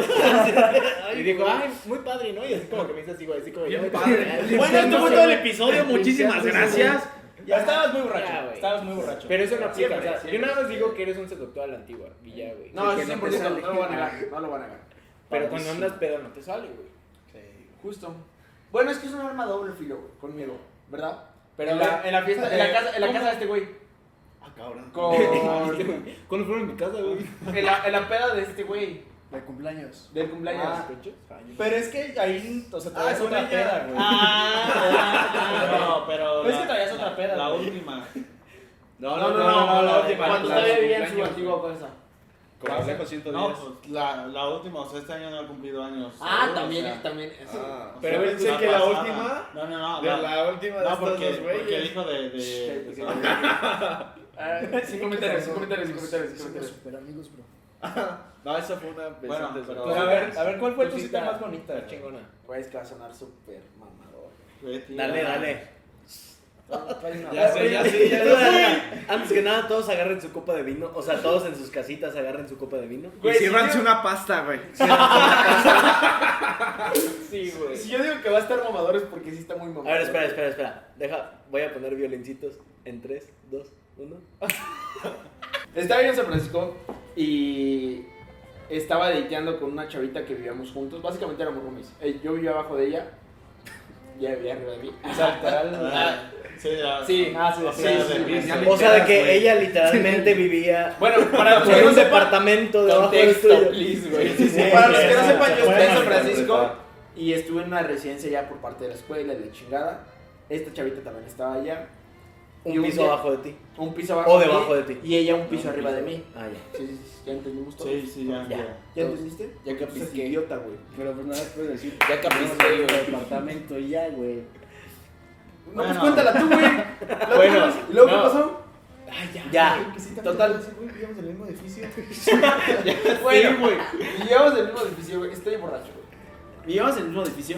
E: Y dijo, ay, muy padre, ¿no? Y así como que me hizo así, güey. Así como yo.
N: Bueno, esto fue todo el episodio. Muchísimas gracias.
A: Ya estabas muy borracho.
E: Ya, güey.
A: estabas muy borracho.
E: Pero eso no aplica.
C: Siempre,
E: o sea,
C: siempre.
E: Yo nada más digo que eres un seductor a la antigua. Y ya, güey.
C: No,
K: que
C: es
K: no
C: 100%,
K: te sale.
C: no lo van a negar, no lo van a negar.
E: Pero cuando andas pedo no te sale, güey.
C: Justo.
L: Bueno, es que es un arma doble filo, güey, conmigo, ¿verdad?
C: Pero en la, en la fiesta, en la casa, en la casa de este güey.
B: Ah, cabrón.
C: Con.
E: <laughs> Cuando fueron en mi casa, güey.
C: En la, en la peda de este güey.
K: De cumpleaños.
C: Del cumpleaños.
I: Ah.
C: Pero es que ahí, o sea, todavía
B: Ah,
C: es
B: con
C: otra
B: ella.
C: peda,
B: <laughs>
C: güey.
E: no, pero.
C: Ah, Pero es que todavía es otra peda.
B: La
C: güey.
B: última.
J: No,
C: no, no, no, la última.
J: la-
E: Cuando
J: la-
E: todavía
J: la-
E: vivía en su
J: cumpleaños,
E: antigua casa.
J: Como Consejo 110.
B: No, pues, la, la última, o sea, este año no ha cumplido años.
E: Ah,
B: O
E: también,
B: sea,
E: es- también. es-
J: Ah.
B: o
J: Pero
B: sea,
J: pensé que la última-
B: No, no, no.
J: De
B: la-
J: la última de
B: no,
J: estos
B: porque,
J: dos
B: porque el
J: güeyes.
B: hijo de. de, de-
C: Sin Ah, comentarios, sin comentarios, sin comentarios, sin
K: Somos
C: comentarios.
K: super amigos, bro.
J: No, esa fue una
B: Bueno,
J: besante,
B: pero-
J: güey.
C: a ver, a ver, ¿cuál fue
I: Tu
C: tu cita
I: cita.
C: más bonita? güey?
I: Chingona.
C: Güey, es que va a sonar súper mamador.
B: de- de-
E: Dale, dale.
J: Ya sé, ya sé, ya
E: Tú,
J: sé.
E: Adriana, Antes que nada, todos agarren su copa de vino. O sea, todos en sus casitas agarren su copa de vino.
C: Güey, si
O: Sírvanse
C: yo-
O: una pasta, güey.
I: Sí, güey.
C: Si yo digo que va a estar mamador es porque sí está muy
E: A
C: mamador.
E: ver, espera, espera, espera. Deja, voy a poner violencitos en 3, 2, 1.
C: Estaba yo en San Francisco y estaba dateando con una chavita que vivíamos juntos. Básicamente éramos roomies. Eh, Yo vivía abajo de ella. Ella vivía arriba de mí. O sea, literal.
B: Ah, Sí, ya.
C: Sí, ah, sí,
B: O
C: sí,
B: sea,
C: sí,
B: de-
C: sí, sí.
E: O sea, de que ella literalmente vivía
C: Bueno, para
E: en un
C: los que no
E: departamento
C: sepan,
E: debajo del
C: contexto,
E: tuyo.
C: please, güey.
E: sí,
C: Para
E: sí,
C: los que no
E: sí,
C: sepan,
E: sí,
C: yo estoy en San
B: sí,
C: Francisco y estuve en una residencia ya por parte de la escuela, de la chingada. Esta chavita también estaba allá. Y
E: Un piso
C: día-
E: abajo de ti.
C: Un piso abajo.
E: O debajo de ti.
C: Y ella un piso arriba de mí.
E: Ah, ya.
C: Sí, sí, sí, ya entendimos todo.
B: Sí, sí, ya.
C: Ya.
B: ya.
C: ¿Ya entendiste? Ya capiste. Qué idiota, güey.
K: Pero pues nada, puedes decir.
I: Ya
K: "No,
I: capiste,
K: güey,
I: güey.
K: departamento y ya, güey.
C: No, pues
B: Bueno.
C: cuéntala tú, güey. La
I: Bueno,
C: tienes. ¿Y luego
I: no.
C: qué pasó?
E: Ya.
C: Total.
A: Vivíamos en el mismo edificio.
C: Bueno, güey. Vivíamos en el mismo edificio, güey. Estoy borracho, güey.
A: Vivíamos en el mismo edificio.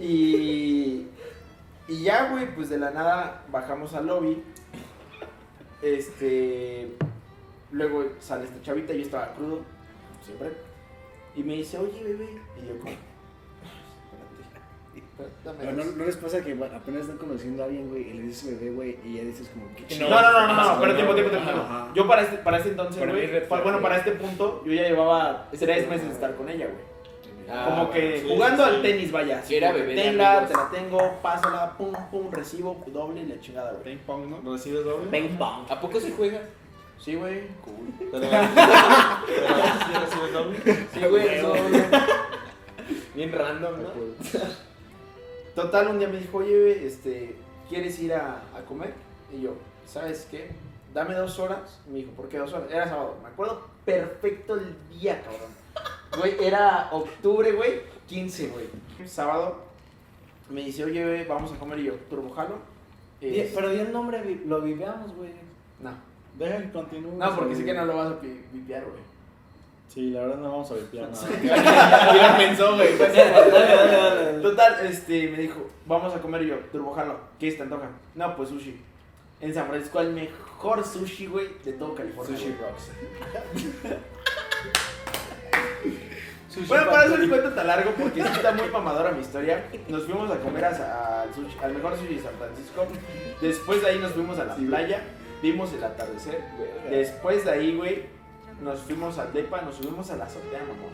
C: Y. Y ya, güey, pues de la nada bajamos al lobby. Este. Luego sale esta chavita, yo estaba crudo, como siempre. Y me dice, oye, bebé. Y yo, como. Espérate. Dame
K: Pero no,
C: dos.
K: no les pasa que bueno, apenas están conociendo a alguien, güey, y le dices bebé, güey, y ya dices como que
C: No, no, no, no, no, espera,
K: no,
C: tiempo, tiempo,
K: ajá,
C: tiempo. tiempo.
K: ajá.
C: Yo para este, para este entonces,
I: Para
C: güey,
I: mí, red
C: pa-
I: flag,
C: bueno,
I: güey.
C: para este punto, yo ya llevaba tres meses de estar con ella, güey.
J: Ah,
C: Como que
B: sí,
C: jugando
B: sí,
C: al
B: sí.
C: tenis, vaya.
I: Sí, era bebé de
C: Tenla,
I: amigos.
C: te la tengo, pásala, pum, pum, recibo, doble y la chingada, güey.
J: Ping pong, ¿no?
B: ¿Recibes doble?
E: Bang bang.
I: ¿A poco se juega?
C: Sí, güey.
B: ¿Te lo- te lo- sí recibes doble?
C: Sí, güey. eso, <laughs> güey.
I: Bien random, ¿no?
C: <laughs> Total, un día me dijo, oye, güey, este, ¿quieres ir a, a comer? Y yo, ¿sabes qué? Dame dos horas. Me dijo, ¿por qué dos horas? Era sábado. Me acuerdo perfecto el día, cabrón. Güey, era octubre, güey, 15, güey. Sábado. Me dice, oye, güey, vamos a comer. Y yo, ¿turbojalo? Eh,
E: Pero di el nombre, vi- lo vivíamos, güey.
C: no.
B: Dejen, continúen.
C: No, porque sé que no lo vas a pi- vipear, güey.
B: Sí, la verdad no vamos a limpiar nada.
I: Ya pensó, güey.
C: Total, este, me dijo, vamos a comer y yo, turbojalo, ¿qué se te antoja? No, pues sushi. En San Francisco el mejor sushi, güey, de todo California. Sushi rocks. bueno, para eso les cuento tan largo porque sí está muy mamadora mi historia. Nos fuimos a comer a Sa- al, sushi- al mejor sushi de San Francisco. Después de ahí nos fuimos a la playa, vimos el atardecer. Después de ahí, güey, nos fuimos al depa, nos subimos a la azotea, mamón.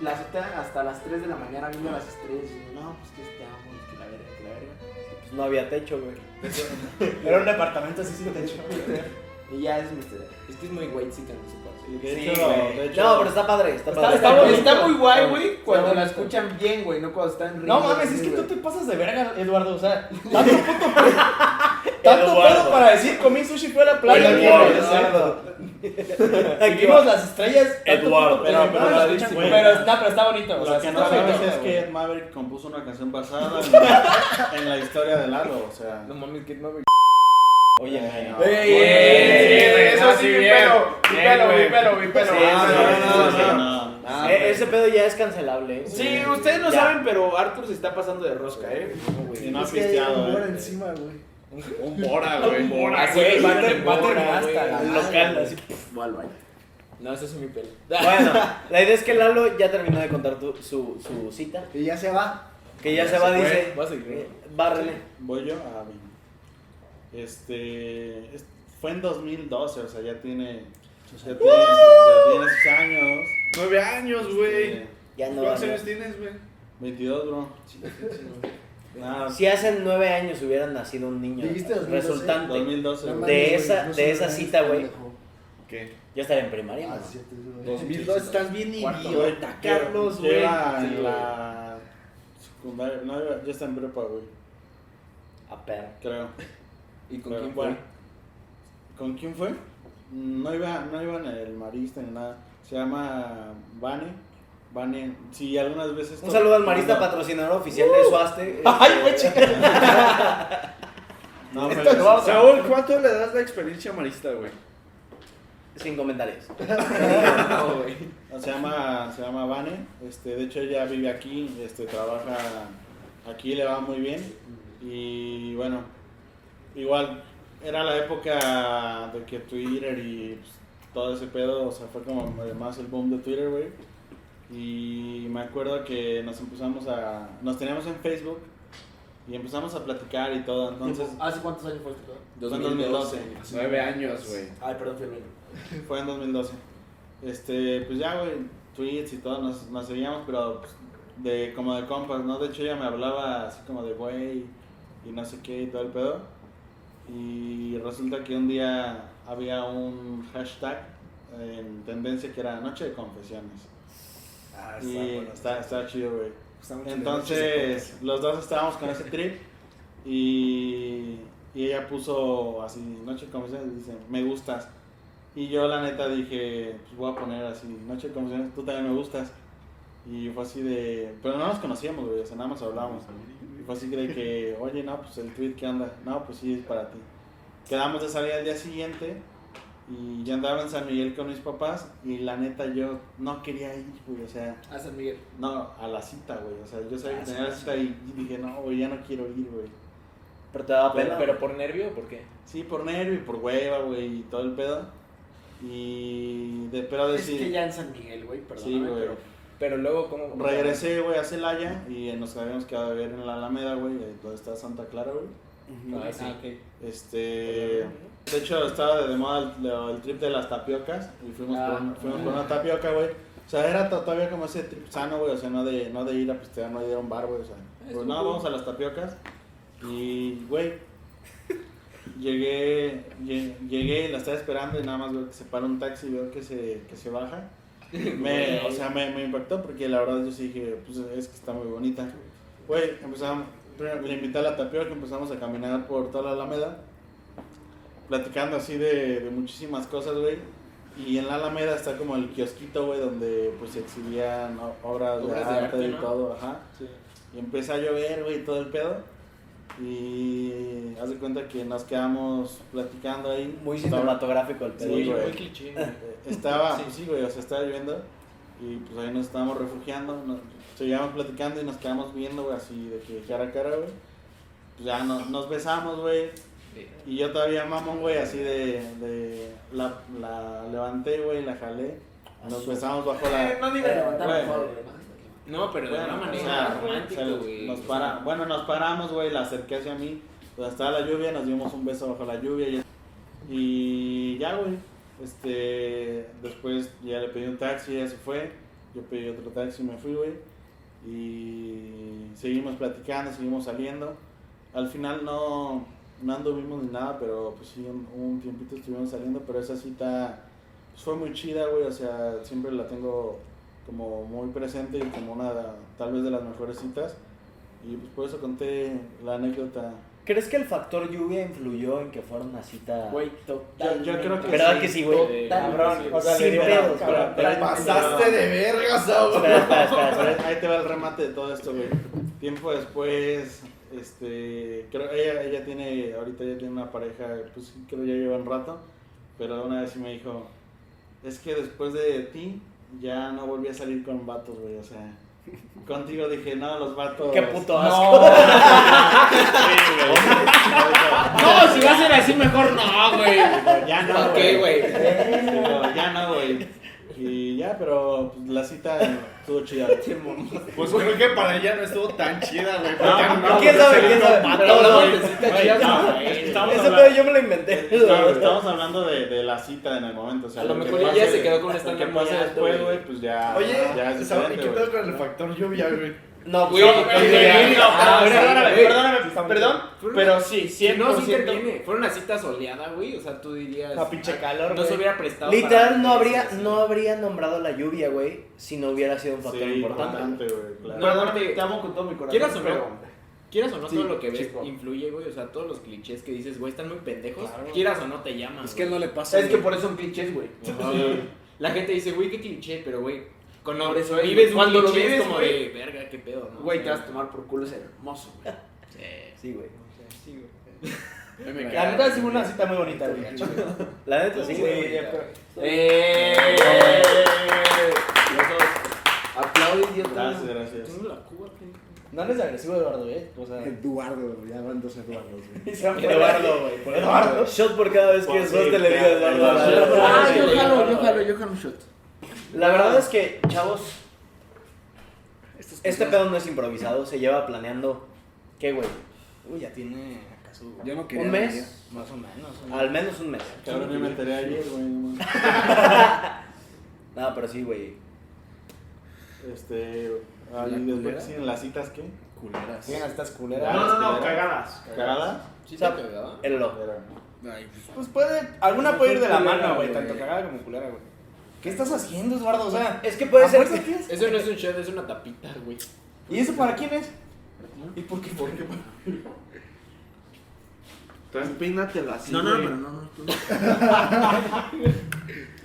C: La azotea hasta las 3 de la mañana viendo las estrellas. Y yo, no, pues que este amo, que la verga, que la verga.
E: Pues no había techo, güey.
A: Era un departamento así sin techo.
C: Y ya es mi historia.
I: Es que es muy güey, sí, en su casa.
B: Y De
E: Sí,
B: hecho,
E: güey.
B: de hecho.
E: No, pero está padre, está padre.
C: Está,
I: bonito.
C: está muy guay, güey, cuando
I: bonito.
C: la escuchan bien, güey, no cuando están riendo.
A: No mames, es
C: así,
A: que tú
C: güey.
A: te pasas de verga, Eduardo. O sea, tanto puto pedo. Tanto pedo para decir comí sushi fue a la playa.
I: Oye,
A: güey,
I: Eduardo.
A: o sea,
E: Aquí
A: Vimos las estrellas. tanto
E: Eduardo.
A: puto pedo,
B: Pero, pero,
A: no la
B: pero,
A: escuchan,
B: güey.
A: pero está- pero está bonito. o
B: Lo
A: sea,
B: que
A: sí
B: no
A: está
B: sabes
A: bonito,
B: es
A: güey.
B: que Ed Maverick compuso una canción basada en la, en la historia de Lalo, o sea.
I: No mames, que no me.
B: Oye,
C: Ey, ey, ey, ey, Eso sí, mi pelo, mi pelo, mi pelo, mi pelo. Ah, no, no, no, no.
E: E-
A: <laughs>
E: ese pedo ya es cancelable.
C: Sí, ustedes no
E: Ya.
C: saben, pero Arthur se está pasando de rosca, eh.
B: Y no ha
K: Es que hay
B: pisteado, eh.
K: un lugar encima, güey.
J: Un bora, güey. Un
A: Ah,
J: bora.
I: Así es, va a ter- va a terminar hasta la-
E: Al local, así.
I: No, eso es mi pelo.
E: Bueno, la idea es que Lalo ya terminó de contar tu- su, su cita.
K: Y ya se va.
E: Que ya, se va,
J: fue.
E: dice. Eh,
I: Vas a seguir.
E: Bárrele.
B: Voy yo a mí. Este. es- Fue en 2012, o sea, ya tiene. Ya tiene, ya tiene sus años.
J: Nueve años, güey.
B: Este,
E: Ya no
J: ¿Cuántos
E: vale.
J: años tienes, güey?
B: 22, bro. Nada,
E: Si hace nueve años hubieran nacido un niño
K: Dijiste 2012.
E: resultante
B: 2012.
K: No
B: bro.
K: mames, güey,
E: esa-
K: no
E: de
K: sé,
E: esa
K: no sé,
E: cita, güey.
K: pendejo.
J: ¿Qué?
E: Yo estaría en primaria.
B: Ah,
E: ¿no?
B: sí, te-
J: 2002, estás bien
B: Cuarto,
J: idiota, Carlos, güey.
B: Lleva
J: Sí,
B: en
J: güey.
B: la secundaria. No, ya está en prepa, güey.
E: A perro.
B: Creo.
C: ¿Y con
B: Pero,
C: quién fue?
B: bueno, ¿Con quién fue? No iba, no iba en el marista ni nada. Se llama Vane. Vane, sí, algunas veces.
E: Un saludo al Marista, patrocinador oficial
K: Uh.
E: de
K: <laughs>
E: Suaste. eh, Ay, güey, <laughs>
B: No, pero-
J: Saúl, ¿cuánto le das la experiencia marista, güey?
E: Sin comentarios.
B: se llama, se llama Vane. Este, de hecho, ella vive aquí, este, trabaja aquí, le va muy bien. Y bueno, igual era la época de que Twitter y pues, todo ese pedo, o sea, fue como más el boom de Twitter, güey. Y me acuerdo que nos empezamos a. Nos teníamos en Facebook y empezamos a platicar y todo. Entonces,
A: ¿Hace cuántos años
C: este
A: fue esto?
B: fue en 2012.
J: Nueve años, güey.
A: Ay, perdón, fui el dueño.
B: Fue en 2012. Este, pues ya, güey, tweets y todo, nos, nos seguíamos, pero pues, de, como de compas, ¿no? De hecho, ella me hablaba así como de güey y no sé qué y todo el pedo. Y resulta que un día había un hashtag en tendencia que era Noche de Confesiones.
K: Ah,
B: y está, está chido, güey.
K: está mucho de
B: Entonces, los dos estábamos con ese trip y, y ella puso así, noche de confesiones, dice, me gustas. Y yo la neta dije, pues voy a poner así, noche de confesiones, tú también me gustas. Y fue así de, pero no nos conocíamos, güey, o sea, nada más hablábamos. Y fue así de que, oye, no, pues el tweet, ¿qué onda? No, pues sí, es para ti. Quedamos de salir al día siguiente y yo andaba en San Miguel con mis papás y la neta yo no quería ir, güey, o sea...
A: A San Miguel.
B: No, a la cita, güey. O sea, yo sabía
A: Ah,
B: que tenía la cita y dije, no, güey, ya no quiero ir, güey.
E: Pero te daba pena.
H: Pero, pero por nervio, ¿por qué?
B: Sí, por nervio y por hueva, güey, y todo el pedo. Y. De, pero
A: Es
B: decir.
A: que ya en San Miguel, güey,
B: Pues sí,
A: perdóname,
B: güey.
A: pero...
H: Pero luego, ¿cómo?
B: Regresé, güey, a Celaya y nos habíamos quedado a ver en la Alameda, güey, ahí donde está Santa Clara, güey.
H: Ah, sí.
B: Este. De hecho, estaba de moda el, el trip de las tapiocas y fuimos,
A: Ah.
B: por, una, fuimos por una tapioca, güey. O sea, era to- todavía como ese trip sano, güey. O sea, no de, no de ir a pistear, no de ir a un bar, güey. O sea, pues no, vamos a las tapiocas. Y, güey, llegué, lle- llegué y la estaba esperando y nada más veo que se para un taxi y veo que se, que
H: <laughs>
B: se baja. Me, o sea, me, me impactó porque la verdad yo sí dije, pues es que está muy bonita. Güey, empezamos, primero le invité a la tapioca, empezamos a caminar por toda la Alameda, platicando así de, de muchísimas cosas, güey. Y en la Alameda está como el kiosquito, güey, donde pues se exhibían o- obras,
H: Obras
B: de,
H: de
B: arte,
H: arte,
B: y
H: ¿no?
B: todo, ajá. Y empieza a llover, güey, y todo el pedo. Y haz de cuenta que nos quedamos platicando ahí.
E: Muy
B: Estaba-
E: cinematográfico el
B: Sí,
E: pedo.
B: güey.
H: cliché.
B: Eh, Estaba, pues sí, güey, o sea, estaba lloviendo. Y pues ahí nos estábamos refugiando. Nos, seguíamos platicando y nos quedamos viendo, güey, así de que cara a cara, güey. Pues ya no- nos besamos, güey. Y yo todavía mamón, güey, así de. de la, la levanté, güey, la jalé. Nos besamos bajo
C: Eh,
B: la.
A: No digas levantar,
B: Güey.
A: por favor, güey.
H: No, pero de
B: Bueno, pues,
H: una manera
B: o sea,
H: romántica,
B: o sea,
H: güey.
B: nos para- bueno, nos paramos, güey, la acerqué hacia mí, donde estaba la lluvia, nos dimos un beso bajo la lluvia y, y ya, güey. Este, después ya le pedí un taxi, ella se fue, yo pedí otro taxi y me fui, güey. Y seguimos platicando, seguimos saliendo. Al final no, no anduvimos ni nada, pero pues sí, un, un tiempito estuvimos saliendo, pero esa cita pues, fue muy chida, güey, o sea, siempre la tengo como muy presente y como una tal vez de las mejores citas. Y pues por eso conté la anécdota.
E: ¿Crees que el factor lluvia influyó en que fuera una cita?
A: Güey,
B: Yo, yo creo que
E: ¿Verdad
B: sí.
E: que sí, güey?
H: Sí, cabrón,
B: o sea, le
E: Sin
B: digo,
E: pedos,
B: cabrón,
E: pero-
B: te
E: pero-
B: pasaste
J: de vergas, Saúl.
E: Espera, espera, espera,
B: Pero
K: <laughs>
E: espera.
B: Ahí te va el remate de todo esto, güey. Tiempo después, este, creo ella, ella tiene, ahorita ya tiene una pareja, pues sí, creo ya lleva un rato, pero una vez sí me dijo, es que después de ti ya no volví a salir con vatos, güey, o sea, contigo dije, no, los vatos.
E: Qué puto
B: No,
E: asco.
O: No, si va a ser así, mejor no, güey.
B: ya no,
C: Ok, güey.
B: Digo, ya no, güey. Y ya, pero pues, la cita estuvo chida.
J: Pues creo que para ella no estuvo tan chida, güey.
B: No, no,
E: ¿Quién sabe? ¿Quién sabe? Pero no,
B: Estamos
E: Ese
B: hablando-
E: pedo yo me lo inventé.
C: <laughs>
B: Claro, estamos hablando de, de la cita en el momento. O sea,
C: A lo mejor
B: que
C: ella
B: pase-
C: se quedó con
B: lo
C: esta
B: que pase después, güey, pues ya.
J: Oye,
B: ya es
J: ¿sabes
B: diferente,
J: qué
B: güey.
J: pedo con el factor lluvia, güey?
E: No,
C: Güey,
E: no,
C: güey,
E: no,
C: güey,
E: no,
C: ah,
E: no,
C: perdóname,
E: güey.
C: perdóname, perdón, pero sí,
H: Si no, sí te
C: 100%.
H: tiene. Fuera una cita soleada, güey. O sea, tú dirías.
A: La pinche
H: "Ah,
A: calor,
H: No se
A: güey".
H: hubiera prestado. para-
E: Literal, no habría, no habría nombrado la lluvia, güey, si no hubiera sido un factor
B: Sí,
E: importante.
B: importante, güey, claro.
H: No,
C: Perdóname,
H: aparte-
C: te amo con todo mi corazón.
H: Quieras o no,
C: pero-
H: Quieras o no,
C: Sí,
H: todo lo que ves
C: chico.
H: influye, güey. O sea, todos los clichés que dices, güey, están muy pendejos. Quieras o no, te llaman.
K: Es que
H: güey.
K: no le pasa.
C: Es que por eso son clichés, güey.
H: La gente dice, güey, qué cliché, pero, güey. Cuando
C: eso es,
H: vives un
C: cuando lo
H: cliché es
C: vives,
H: como de
C: güey.
H: verga, qué pedo, ¿no?
C: Güey, te vas a tomar por culo, es hermoso, güey.
E: Sí, güey.
H: Sí, güey.
J: Ay, me
A: La
J: caga.
A: neta sí fue una cita muy bonita, güey.
E: La neta, sí, güey.
H: ¡Eh!
C: Aplaude, idiota.
B: Gracias, gracias.
H: Tengo la cuba, pendejo.
A: No eres agresivo, Eduardo, ¿eh? O sea,
K: Eduardo, ya van dos Eduardos, güey.
A: Eduardo, güey. por Eduardo.
E: Shot por cada vez que
B: Por
E: es
B: Pues sí,
E: te le digo
B: claro,
E: Eduardo. a la
B: Eduardo.
E: verdad.
K: Ah, yo jalo, yo jalo, yo jalo un shot.
E: La verdad es que, chavos,
K: Estas
E: este
K: cosas-
E: pedo no es improvisado, se lleva planeando. ¿Qué, güey?
K: Uy, ya tiene acaso. Yo no quería.
E: ¿Un mes?
K: venir, Más o menos. un
E: Al menos un mes.
B: Cabrón, me enteré ayer, güey. no mames.
E: Nada, pero sí, güey.
B: Este. Ahí
K: culera?
B: después siguen las citas, ¿qué?
K: Culeras.
A: Siguen a estas
C: No,
A: culeras.
C: no, no, cagadas.
B: ¿Cagada?
H: ¿Sí
E: Sap.
H: te pegaba?
E: El lo.
B: Era-
K: Ay, pues,
A: Pues puede, alguna puede ir de la
K: Culera,
A: mano, güey,
K: güey.
A: tanto cagada como culera, güey. ¿Qué estás haciendo, Eduardo? O sea,
E: Es que puede
A: ¿a
E: ser.
A: fuerza qué es?
H: Eso no es un shot, es una tapita, güey.
A: ¿Y eso para quién es? ¿Y por qué? ¿Por qué?
J: Entonces, peínatela así.
K: No, no,
J: güey.
K: pero no, no. tú no.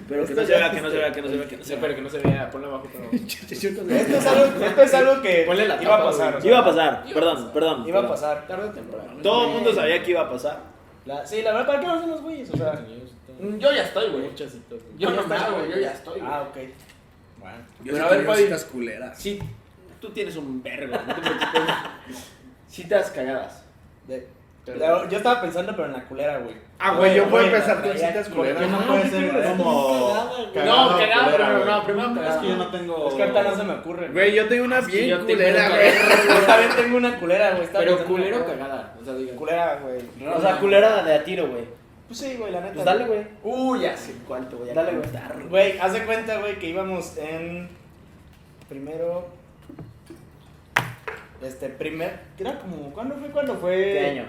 O: Pero que no se vea, que no se vea, que no se vea, que no se
H: Sí,
O: vea.
H: pero que no se vea, ponlo abajo,
C: <laughs>
H: pero.
A: Esto es algo, esto es algo que
H: Ponle la
A: iba a
H: tapa,
A: pasar.
H: güey.
A: o sea,
E: Iba a pasar, perdón, perdón.
A: Iba a
E: perdón.
A: pasar.
H: Tarde o temprano.
E: Todo el mundo sabía que iba a pasar.
A: La- sí, la verdad, ¿para qué no hacen los güeyes? O sea, Mm,
C: Yo ya estoy, güey.
H: Muchas citas, güey.
C: Yo no estaba, güey, yo ya estoy. güey.
A: ah, ok.
K: Yo
C: Pero
K: sí
C: a ver,
K: quería
C: Fabi.
K: citas culeras.
C: Sí, tú tienes un verbo, no
H: <laughs>
C: te preocupes. Citas cagadas.
A: De- la- yo estaba pensando, pero en la culera, güey.
J: Ah, güey, yo puedo
A: Güey,
J: empezar con
A: traía-
J: citas
B: ¿Por qué
J: culeras.
B: no puede ser como.
H: No,
B: o
H: cagada,
B: culera,
H: pero
B: güey?
H: no, primero
B: Es
H: cagada.
B: que yo no tengo.
A: <laughs> Es que ahorita no se me ocurre.
J: Güey, yo tengo una
H: que yo
J: bien
H: tengo
J: culera,
H: una-
J: güey.
A: Yo también tengo una culera, güey. estaba
H: Pero
A: pensando en
H: culero
A: la
H: o cagada. O sea, digan.
A: Culera, güey.
E: O sea, culera de a tiro, güey.
A: Pues sí, güey, la neta.
E: Pues dale, güey.
C: Uy, ya sé cuánto voy a
E: Dale, güey.
C: contar.
A: Güey, haz de cuenta, güey, que íbamos en. Primero. Este, primer. que Era como. ¿Cuándo fue? ¿Cuándo fue?
E: ¿Qué año?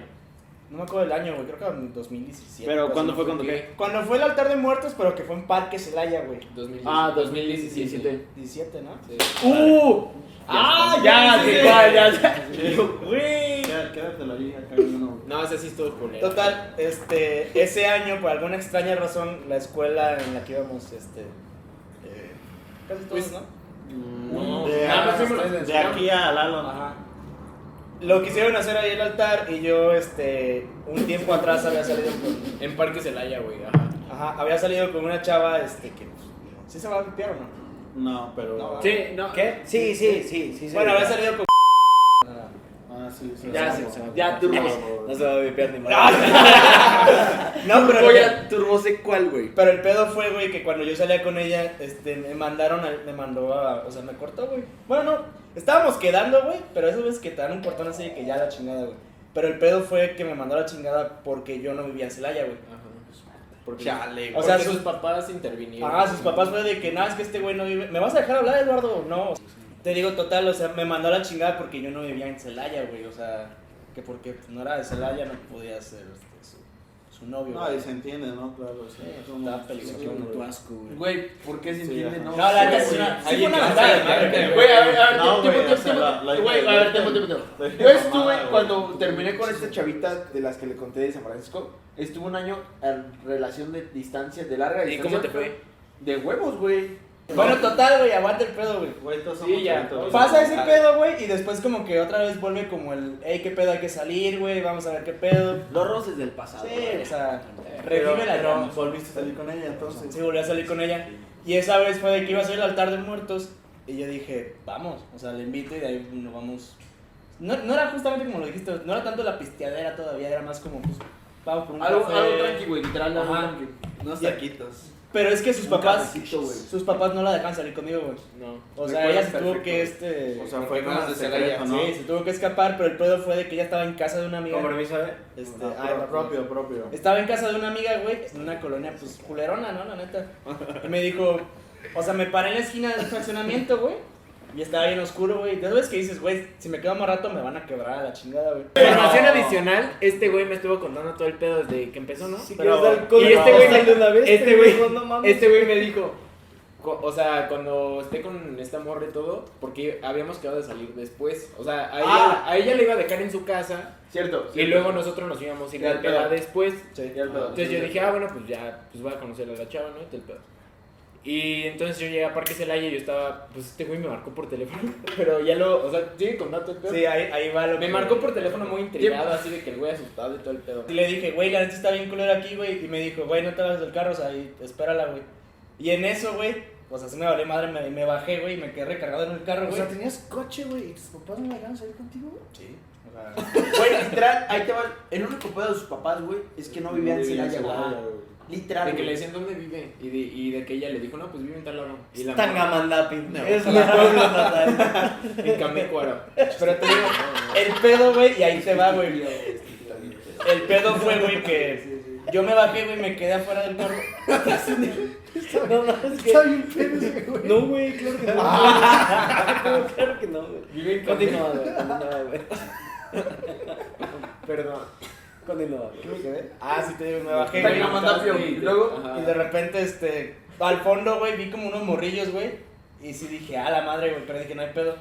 A: No me acuerdo del año, güey. Creo que era en 2017.
E: Pero
A: pues,
E: ¿cuándo
A: no
E: fue cuando qué?
H: qué?
A: Cuando fue el altar de muertos, pero que fue en Parque Celaya, güey.
H: 2017.
E: Ah, 2017.
A: 17, ¿no?
H: Sí.
A: ¡Uh! ¡Ah! Ya,
H: sí,
A: sí,
H: sí.
A: ya, ya, ya.
B: Quédate- Quédatelo ahí, acá uno.
H: No, ese sí estuvo culero.
A: Total, este, ese año, por alguna extraña razón, la escuela en la que íbamos, este. eh, casi todos,
H: Pues,
A: ¿no?
H: No,
B: Mm, De,
H: nada más fuimos los-
B: de aquí a Lalo.
A: Ajá. Lo quisieron hacer ahí el altar y yo, este, un tiempo atrás había salido con,
H: En Parque Celaya, güey. Ajá.
A: ajá, había salido con una chava, este, que, pues, ¿sí se va a limpiar o no?
B: No, pero.
A: No.
H: Sí, no.
E: ¿Qué? Sí, sí, sí, sí. sí,
A: bueno,
E: güey.
A: había salido con...
B: Ah, sí, sí.
H: Ya
B: sí,
H: se-
B: sí.
H: ya turbo.
E: No se va a vipear ni madre.
A: No, pero,
J: Voy a turbo sé cuál, güey.
A: pero el pedo fue, güey, que cuando yo salía con ella, este, me mandaron, al- me mandó a, o sea, me cortó, güey. Bueno, no, estábamos quedando, güey, pero esas veces que te dan un portón así de que ya la chingada, güey. Pero el pedo fue que me mandó a la chingada porque yo no vivía en Celaya, güey.
H: Porque,
A: Chale,
H: o
A: güey.
H: sea,
A: Porque-
H: sus papás intervinieron.
A: Ah, sus papás fue de que, no, es que este güey no vive. ¿Me vas a dejar hablar, Eduardo? No. Te digo, total, o sea, me mandó a la chingada porque yo no vivía en Celaya, güey. O sea, que porque pues, no era de Celaya, no podía ser este, su, su novio.
B: No,
A: güey.
B: y se entiende, ¿no? Claro, o sea,
A: Sí,
B: como-
A: está
K: Sí,
A: peligroso,
K: con tu
A: güey.
K: asco, güey.
C: Güey, ¿por qué se
B: Sí,
C: entiende?
B: ajá.
C: No,
A: No, la neta
C: sí,
A: sí,
C: güey.
A: una- sí
H: Alguien
A: fue una
H: que no
A: mandada de
H: sabe,
A: madre,
H: güey.
A: güey.
C: Güey, a ver, a ver,
B: No,
C: tiempo,
B: güey,
C: tiempo,
B: o sea,
C: tiempo.
B: la- la-
C: Güey, a ver, tiempo, tiempo, tiempo. Yo estuve,
B: Mamada, güey.
C: cuando terminé con esta chavita de las que le conté de San Francisco, estuve un año en relación de distancia, de larga
H: ¿Y
C: distancia.
H: cómo te fue?
C: De huevos, güey.
A: Bueno, total, güey, aguanta el pedo, güey.
B: Güey, todos
H: Sí,
B: somos
H: ya.
B: chavitos, güey.
A: Pasa ese pedo, güey, y después como que otra vez vuelve como el, hey, qué pedo, hay que salir, güey, vamos a ver qué pedo.
E: Los roces del pasado.
A: Sí, o sea,
B: Pero-
A: revive la
B: pero
A: llama.
B: Volviste a salir con ella, entonces.
A: Sí, volví a salir con ella. Y esa vez fue de que iba a ser el altar de muertos. Y yo dije, vamos, o sea, le invito y de ahí nos vamos. No, no era justamente como lo dijiste, no era tanto la pisteadera todavía, era más como, pues, vamos por un
C: Algo,
A: café.
C: algo tranqui, güey, literal, algo
A: Ajá.
C: tranqui.
B: Unos
A: Ya.
B: taquitos.
A: Pero es que sus
C: Un
A: papás,
C: cafecito, güey.
A: sus papás no la dejan salir conmigo, güey.
H: No.
A: O sea, ella
J: Recuerdas
A: se tuvo
J: perfecto.
A: que este.
B: O sea, fue
J: Problemas
B: como de
J: de Celaya,
B: secreto, ¿no?
A: Sí, se tuvo que escapar, pero el pedo fue de que ella estaba en casa de una amiga.
J: ¿sabes?
A: Este,
B: No, pues,
A: ay,
B: pro- propio, propio.
A: Estaba en casa de una amiga, güey, en una colonia, pues, culerona, ¿no? La neta. Y me dijo, o sea, me paré en la esquina del fraccionamiento, güey. Y estaba bien oscuro, güey. De vez que dices, güey, si me quedo más rato me van a quebrar a la chingada, güey.
C: Información adicional, este güey me estuvo contando todo el pedo desde que empezó, ¿no?
E: Si
A: Pero-
E: quieres dar con-
C: y este güey me-
E: dale una vez,
C: este
E: pendejo,
C: güey-
E: no mames.
C: Este güey me dijo, co- o sea, cuando esté con esta morra y todo, porque habíamos quedado de salir después. O sea, a ella,
B: Ah.
C: a ella le iba a dejar en su casa
B: Cierto.
C: y luego nosotros nos íbamos a ir
B: Ya,
C: al pedo
B: pero-
C: después. Entonces
B: Entonces
C: yo dije, ah, bueno, pues ya, pues voy a conocer a la chava, ¿no? Y todo el pedo. Y entonces yo llegué a Parque Celaya y yo estaba, pues este güey me marcó por teléfono, <laughs> pero ya lo, o sea, sigue contando el pedo.
A: Sí, ahí, ahí va lo
C: me
A: que-
C: marcó por teléfono muy intrigado, así de que el güey asustado y todo el pedo.
A: Y le dije, güey, la neta está bien culero aquí, güey. Y me dijo, güey, no te bajes del carro, o sea, y espérala, güey. Y en eso, güey, pues así me valió madre, me, me bajé, güey, y me quedé recargado en el carro,
P: O
A: güey.
P: sea, tenías coche, güey, y tus papás no dejaron salir contigo, güey.
A: Sí.
P: <laughs>
B: Güey, literal, ahí te va. El único pedo de sus papás, güey, es que no vivía en Celaya, güey. Literal.
C: De que le
B: güey.
C: decían dónde vive y de, y de que ella le dijo, no, pues vive en tal hora. Y la
E: Tangamandapi. Es
C: <laughs>
E: la pueblo natal.
C: morra, en Camécuaro. Pero te digo,
A: El pedo, güey, y ahí te va, güey. El pedo fue, güey, que yo me bajé, güey, me quedé afuera del carro.
E: No mames, que.
P: Está bien pedo ese güey.
E: No, güey, claro que no.
C: Ah.
E: <laughs> claro que no, güey.
C: vive en Camécuaro.
E: Continúa, güey. Continúa, güey.
C: Perdón.
E: Continúa, güey.
A: Ah, sí, te digo, me bajé,
B: Está
A: güey.
B: bien, Amandapio. Y luego,
A: Y de repente, este, al fondo, güey, vi como unos morrillos, güey. Y sí dije, ah, la madre, güey, pero dije, no hay pedo.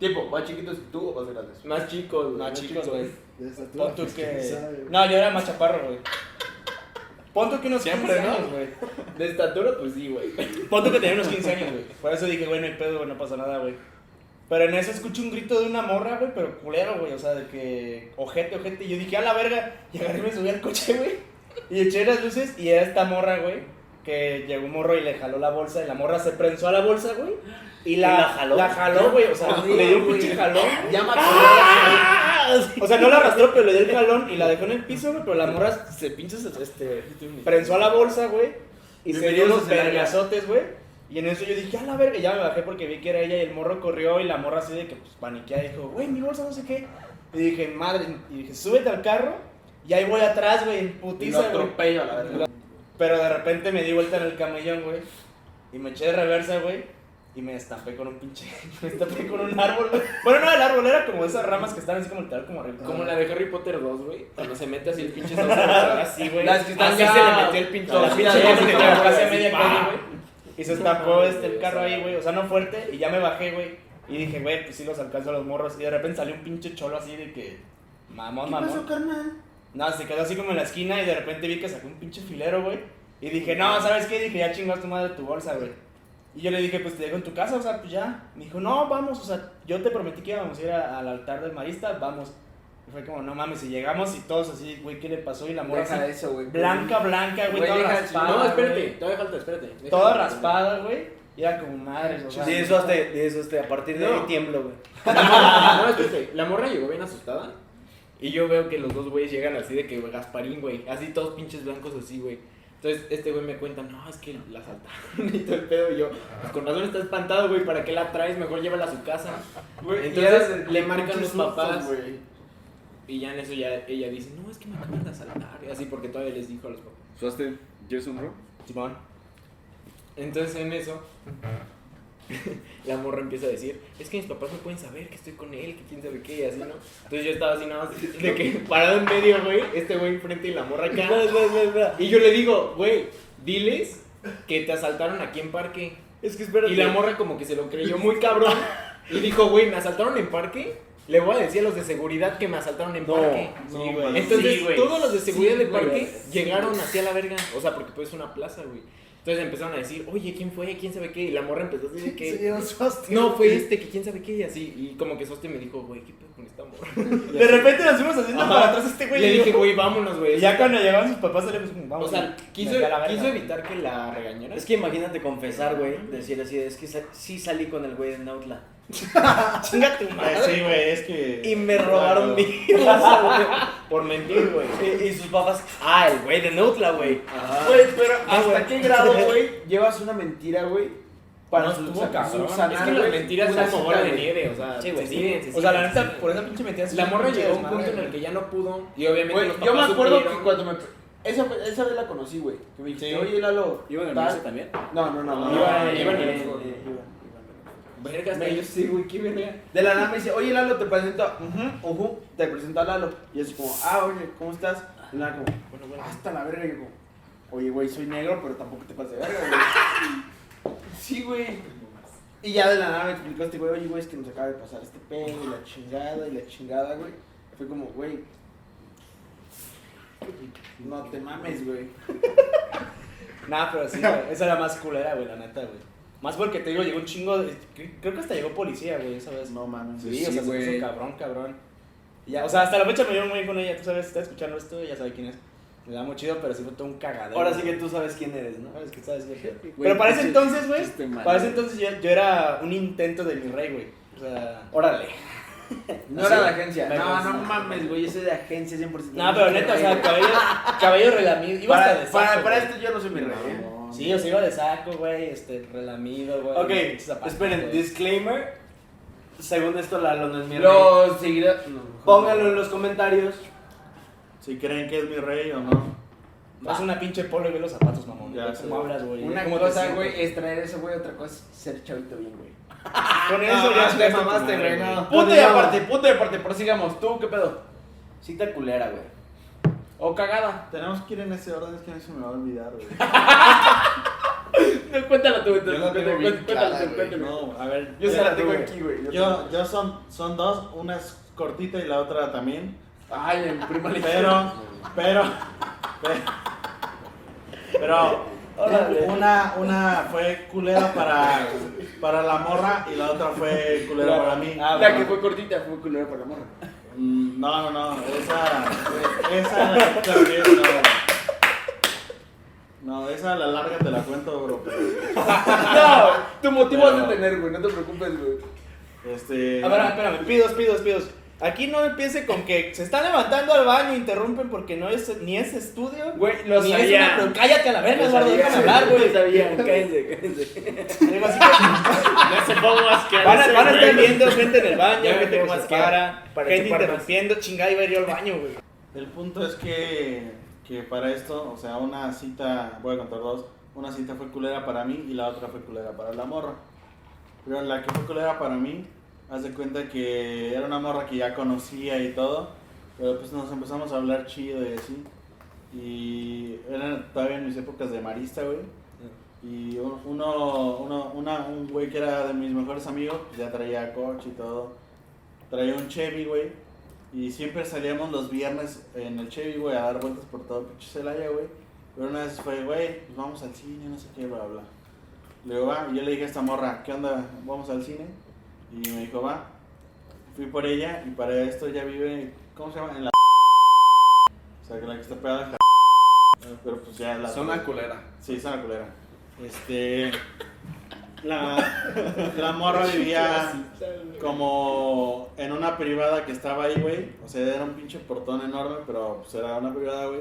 B: tiempo, ¿más chiquitos que tú o más grandes?
C: Más chicos, güey,
A: Más chicos, güey.
P: De estatura,
A: Pon tú
P: pues, quién sabe,
A: que.
P: güey.
A: No, yo era más chaparro, güey. Pon tú que unos
K: Siempre,
A: 15
K: ¿no?
A: años, güey.
C: De estatura, pues sí, güey.
A: Pon tú que tenía unos 15 años, güey. Por eso dije, güey, no hay pedo, güey, no pasa nada, güey. Pero en eso escucho un grito de una morra, güey, pero culero, güey. O sea, de que. Ojete, ojete. Y yo dije, a la verga. Y agarré y me subí al coche, güey. Y eché las luces y era esta morra, güey. Que llegó un morro y le jaló la bolsa. Y la morra se prensó a la bolsa, güey. Y la,
E: ¿Y la jaló?
A: La jaló, güey.
B: <laughs>
A: O sea, le dio un pinche jalón.
B: Ya me acordé.
A: <laughs> O sea, no la arrastró, pero le dio el jalón y la dejó en el piso, güey. Pero la morra se pinche, se- este, prensó a la bolsa, güey. Y se dio
B: Bienvenidos
A: unos
B: a Celaya.
A: vergazotes, güey. Y en eso yo dije, a la verga, y ya me bajé porque vi que era ella. Y el morro corrió y la morra así de que, pues, paniqueada. Dijo, güey, mi bolsa, no sé qué. Y dije, madre. Y dije, súbete al carro. Y ahí voy atrás, güey, en
B: Y lo
A: putiza, güey.
B: atropello a la verga.
A: Pero de repente me di vuelta en el camellón, güey. Y me eché de reversa, güey. Y me estampé con un pinche. <laughs> Me estampé con un árbol, güey. Bueno, no, el árbol era como esas ramas que están así como literal, como arriba.
C: Como la de Harry Potter 2, güey. Cuando se mete así el
B: <laughs>
C: pinche sauce, así, güey.
B: Las que están
C: Así
B: ya-
C: se le metió el pinche.
A: La
B: Las
A: pinche
B: Sí,
A: llave
B: sí,
A: que
B: sí,
A: te
B: sí,
A: alcanza
B: sí,
A: a media
B: sí, Ah.
A: calle, güey. Y se estampó este, el carro ahí, güey. O sea, no fuerte. Y ya me bajé, güey. Y dije, güey, pues sí los alcanzo a los morros. Y de repente salió un pinche cholo así de que. Mamón, mamón.
P: carnal?
A: No, se quedó así como en la esquina y de repente vi que sacó un pinche filero, güey. Y dije, no, ¿sabes qué? Dije, ya chingas tu madre tu bolsa, güey. Y yo le dije, pues te dejo en tu casa, o sea, pues ya. Me dijo, no, vamos, o sea, yo te prometí que íbamos a ir a- al altar del marista, vamos. Y fue como, no mames, y llegamos y todos así, güey, ¿qué le pasó? Y la morra así,
B: eso, güey.
A: blanca, blanca, güey,
B: Güey,
A: toda
B: deja-
A: raspada.
C: No, espérate,
A: güey.
C: todavía falta, espérate. Déjame
A: Toda
C: terminar.
A: raspada, güey. Y era como madre, o sea.
E: De
A: <laughs>
E: eso hasta, de eso hasta, a partir de
C: No.
E: ahí tiemblo, güey.
C: No, espérate. La morra llegó bien asustada. Y yo veo que los dos güeyes llegan así de que güey, Gasparín, güey. Así todos pinches blancos así, güey. Entonces este güey me cuenta, no, es que la saltaron <laughs> y todo el pedo. Y yo, "Pues, con razón está espantado, güey, ¿para qué la traes? Mejor llévala a su casa. Entonces le marcan los papás. Y ya en eso ya ella dice, no, es que me acaban de asaltar. y así porque todavía les dijo a los papás.
K: ¿Usaste Jason Rock?
C: Simón. Entonces en eso, <laughs> la morra empieza a decir, es que mis papás no pueden saber que estoy con él, que quién sabe qué, y así, ¿no? Entonces yo estaba así nada
E: <laughs>
C: más, de que parado en medio, güey, este güey enfrente y la morra acá.
E: Espera, espera, espera, espera.
C: Y yo le digo, güey, diles que te asaltaron aquí en parque.
E: Es que espérate.
C: Y la morra como que se lo creyó
E: <laughs>
C: muy cabrón. Y dijo, güey, ¿me asaltaron en parque? Le voy a decir a los de seguridad que me asaltaron en parque.
E: Sí, güey.
C: Entonces,
E: Sí, güey.
C: todos los de seguridad
E: Sí,
C: del
E: güey.
C: parque llegaron hacia la verga. O sea, porque pues es una plaza, güey. Entonces empezaron a decir, oye, ¿quién fue? ¿Quién sabe qué? Y la morra empezó a decir
P: Se
C: que.
P: llevan su hostia.
C: <laughs> No, fue este, que quién sabe qué, y así. Y como que Soste me dijo, güey, ¿qué pedo con esta morra?
A: De repente nos fuimos haciendo
C: Ajá.
A: para atrás este güey.
C: Le dije,
A: dijo-
C: güey, vámonos, güey.
A: Y ya cuando llegaban sus papás, le pusimos, vamos.
C: O sea,
A: güey,
C: quiso,
A: vete a la verga,
C: quiso
A: güey.
C: evitar que la regañara.
E: Es que imagínate confesar, güey. Decir así, es que sa- sí salí con el güey de Nautla.
A: Chinga tu madre.
Q: Sí, güey, es que.
E: Y me robaron mi casa, güey. <laughs> Por mentir, güey. Y, y sus papás, ah, el güey de Nautla, güey.
B: Güey, pero
A: Ah,
B: ¿hasta
E: güey.
B: qué grado,
C: <laughs>
B: güey, llevas una mentira, güey? Para
C: No,
B: su-
C: estuvo cabrón.
B: subsanar,
C: Es que las
B: güey,
C: mentiras
B: una
C: son como bola
B: cita,
C: de
B: güey.
C: nieve, o
A: Ah,
C: sea,
E: Sí,
C: se
E: güey.
C: siguen, se
A: O sea, la
C: siguen, se
A: neta,
C: siguen.
A: por esa pinche metida. sí
C: La
A: fue
C: morra
A: pinche
C: llegó a un
A: desmadre,
C: punto en el que
A: güey.
C: ya no pudo. Y obviamente
B: Güey,
C: los papás
B: yo me acuerdo
C: supieron.
B: que cuando me. Esa, esa vez la conocí, güey. Que me dijiste, oye, Lalo.
P: ¿Iban a
B: tal-
P: la también?
C: Ah,
B: No, no, no.
C: Iba- iba en el-
B: iba- iba-
K: Verga, hasta
C: Me-
K: yo sí, güey, qué verga.
C: De la nada me dice, oye Lalo, te presento a. Ujú, ujú, te presento a Lalo. Y es como, ah, oye, ¿cómo estás? Y Lalo, como, hasta la verga. Y yo, como, oye, güey, soy negro, pero tampoco te pases de verga, güey. sí, güey. Y ya de la nada me explicó este güey, oye, güey, es que nos acaba de pasar este pedo y la chingada y la chingada, güey. Fue como, güey. No te mames, güey.
A: Nah, pero sí, güey. Esa era más culera, güey, la neta, güey. Más porque te digo, llegó un chingo. de- cre- Creo que hasta llegó policía, güey, esa vez.
B: No mames.
A: Sí,
K: Sí,
A: o sea, se
K: güey.
A: puso cabrón, cabrón. Y ya, o sea, hasta la fecha me llevo muy bien con ella. Tú sabes, está escuchando esto, ya sabe quién es. Me da muy chido, pero sí fue todo un cagadero.
E: Ahora sí que tú sabes quién eres, ¿no?
A: No, es que sabes qué pedo.
K: Güey,
A: Pero para ese
K: pinche
A: entonces, güey.
K: chiste malo.
A: Para ese entonces yo, yo era un intento de mi rey, güey. O sea.
E: Órale.
C: No era de agencia.
A: Me
C: No,
A: consta.
C: no mames, güey, yo soy de agencia 100%.
A: No, pero neta, o sea, cabello, cabello relamido. Iba hasta
C: Para,
A: de saco.
C: para, para
A: güey.
C: esto yo no soy mi rey. ¿eh?
A: Sí, o sea, iba de saco, güey, este, relamido, güey.
E: Ok,
A: pinches zapatos,
E: esperen,
A: güey.
E: disclaimer. Según esto, Lalo no es mi rey.
C: Los seguidores. no, mejor
E: Pónganlo
C: no.
E: en los comentarios.
B: Si creen que es mi rey o no.
A: Vas a una pinche polo y ve los zapatos, mamón.
B: Ya
A: güey,
B: sé.
A: ¿Cómo hablas, güey?
C: Una
A: ¿Cómo te
C: cosa,
A: sientes?
C: güey, es traer eso, güey. Otra cosa es ser chavito bien, güey.
A: Con eso ya te
B: mamaste, güey, no.
C: Punto y aparte, punto y aparte. Prosigamos. ¿Tú qué pedo?
E: Cita culera, güey.
C: O cagada.
B: Tenemos que ir en ese orden, es que no se me va a olvidar, güey.
H: No, cuéntalo tú,
B: Yo
H: entonces.
B: la tengo
H: cuéntalo,
B: bien
H: cuéntalo,
B: clara, güey.
H: cuéntalo.
B: <laughs> No, a ver.
C: Yo se
B: mira,
C: la tengo
B: güey.
C: aquí, güey.
B: Yo, yo son, son dos, una es cortita y la otra también.
C: Ay, en prima
B: Pero, pero, pero, pero
E: Órale.
B: una, una fue culera para, para la morra y la otra fue culera para mí.
A: Ah,
H: La que fue cortita fue culera para la morra.
B: Mm, No, no, no, esa, esa también no. No, esa a la larga te la cuento, bro. pero,
H: No, tu motivo
B: Pero-
H: es de tener, güey, no te preocupes, güey.
B: Este,
A: A ver, espérame, pidos, pidos, pidos. Aquí no empiece con que se están levantando al baño, e interrumpen porque no es ni es estudio.
H: Güey,
A: ni es una- pero cállate a la verga, Eduardo, déjame hablar, güey. <laughs>
E: Lo <laughs> sabía, cállense, cállense.
A: Digo, así que
O: Ya se pongo
A: van a, van a estar viendo gente en el baño,
H: Ya me
A: gente que
H: pongo
A: se
H: asqueado
A: para,
H: para
A: gente
H: chuparlas.
A: interrumpiendo, chingada iba a ir yo al baño, güey.
B: El punto es que, que para esto, o sea, una cita, voy a contar dos, una cita fue culera para mí y la otra fue culera para la morra. Pero la que fue culera para mí, haz de cuenta que era una morra que ya conocía y todo, pero pues nos empezamos a hablar chido y así. Y eran todavía en mis épocas de marista, güey. Y un- uno, uno, una, un güey que era de mis mejores amigos, pues ya traía coche y todo. Traía un Chevy, güey. Y siempre salíamos los viernes en el Chevy, güey, a dar vueltas por todo pinche Celaya, güey. Pero una vez fue, güey, pues vamos al cine, no sé qué, bla, bla. Le digo, va. Y yo le dije a esta morra, ¿qué onda? Vamos al cine. Y me dijo, va. Fui por ella y para esto ya vive, ¿cómo se llama? En la. <laughs> O sea, que la que está pegada es la. <laughs> Pero pues ya la.
J: Zona culera.
B: Sí, zona culera. Este. La, la morra vivía como en una privada que estaba ahí, güey. O sea, era un pinche portón enorme, pero pues era una privada, güey.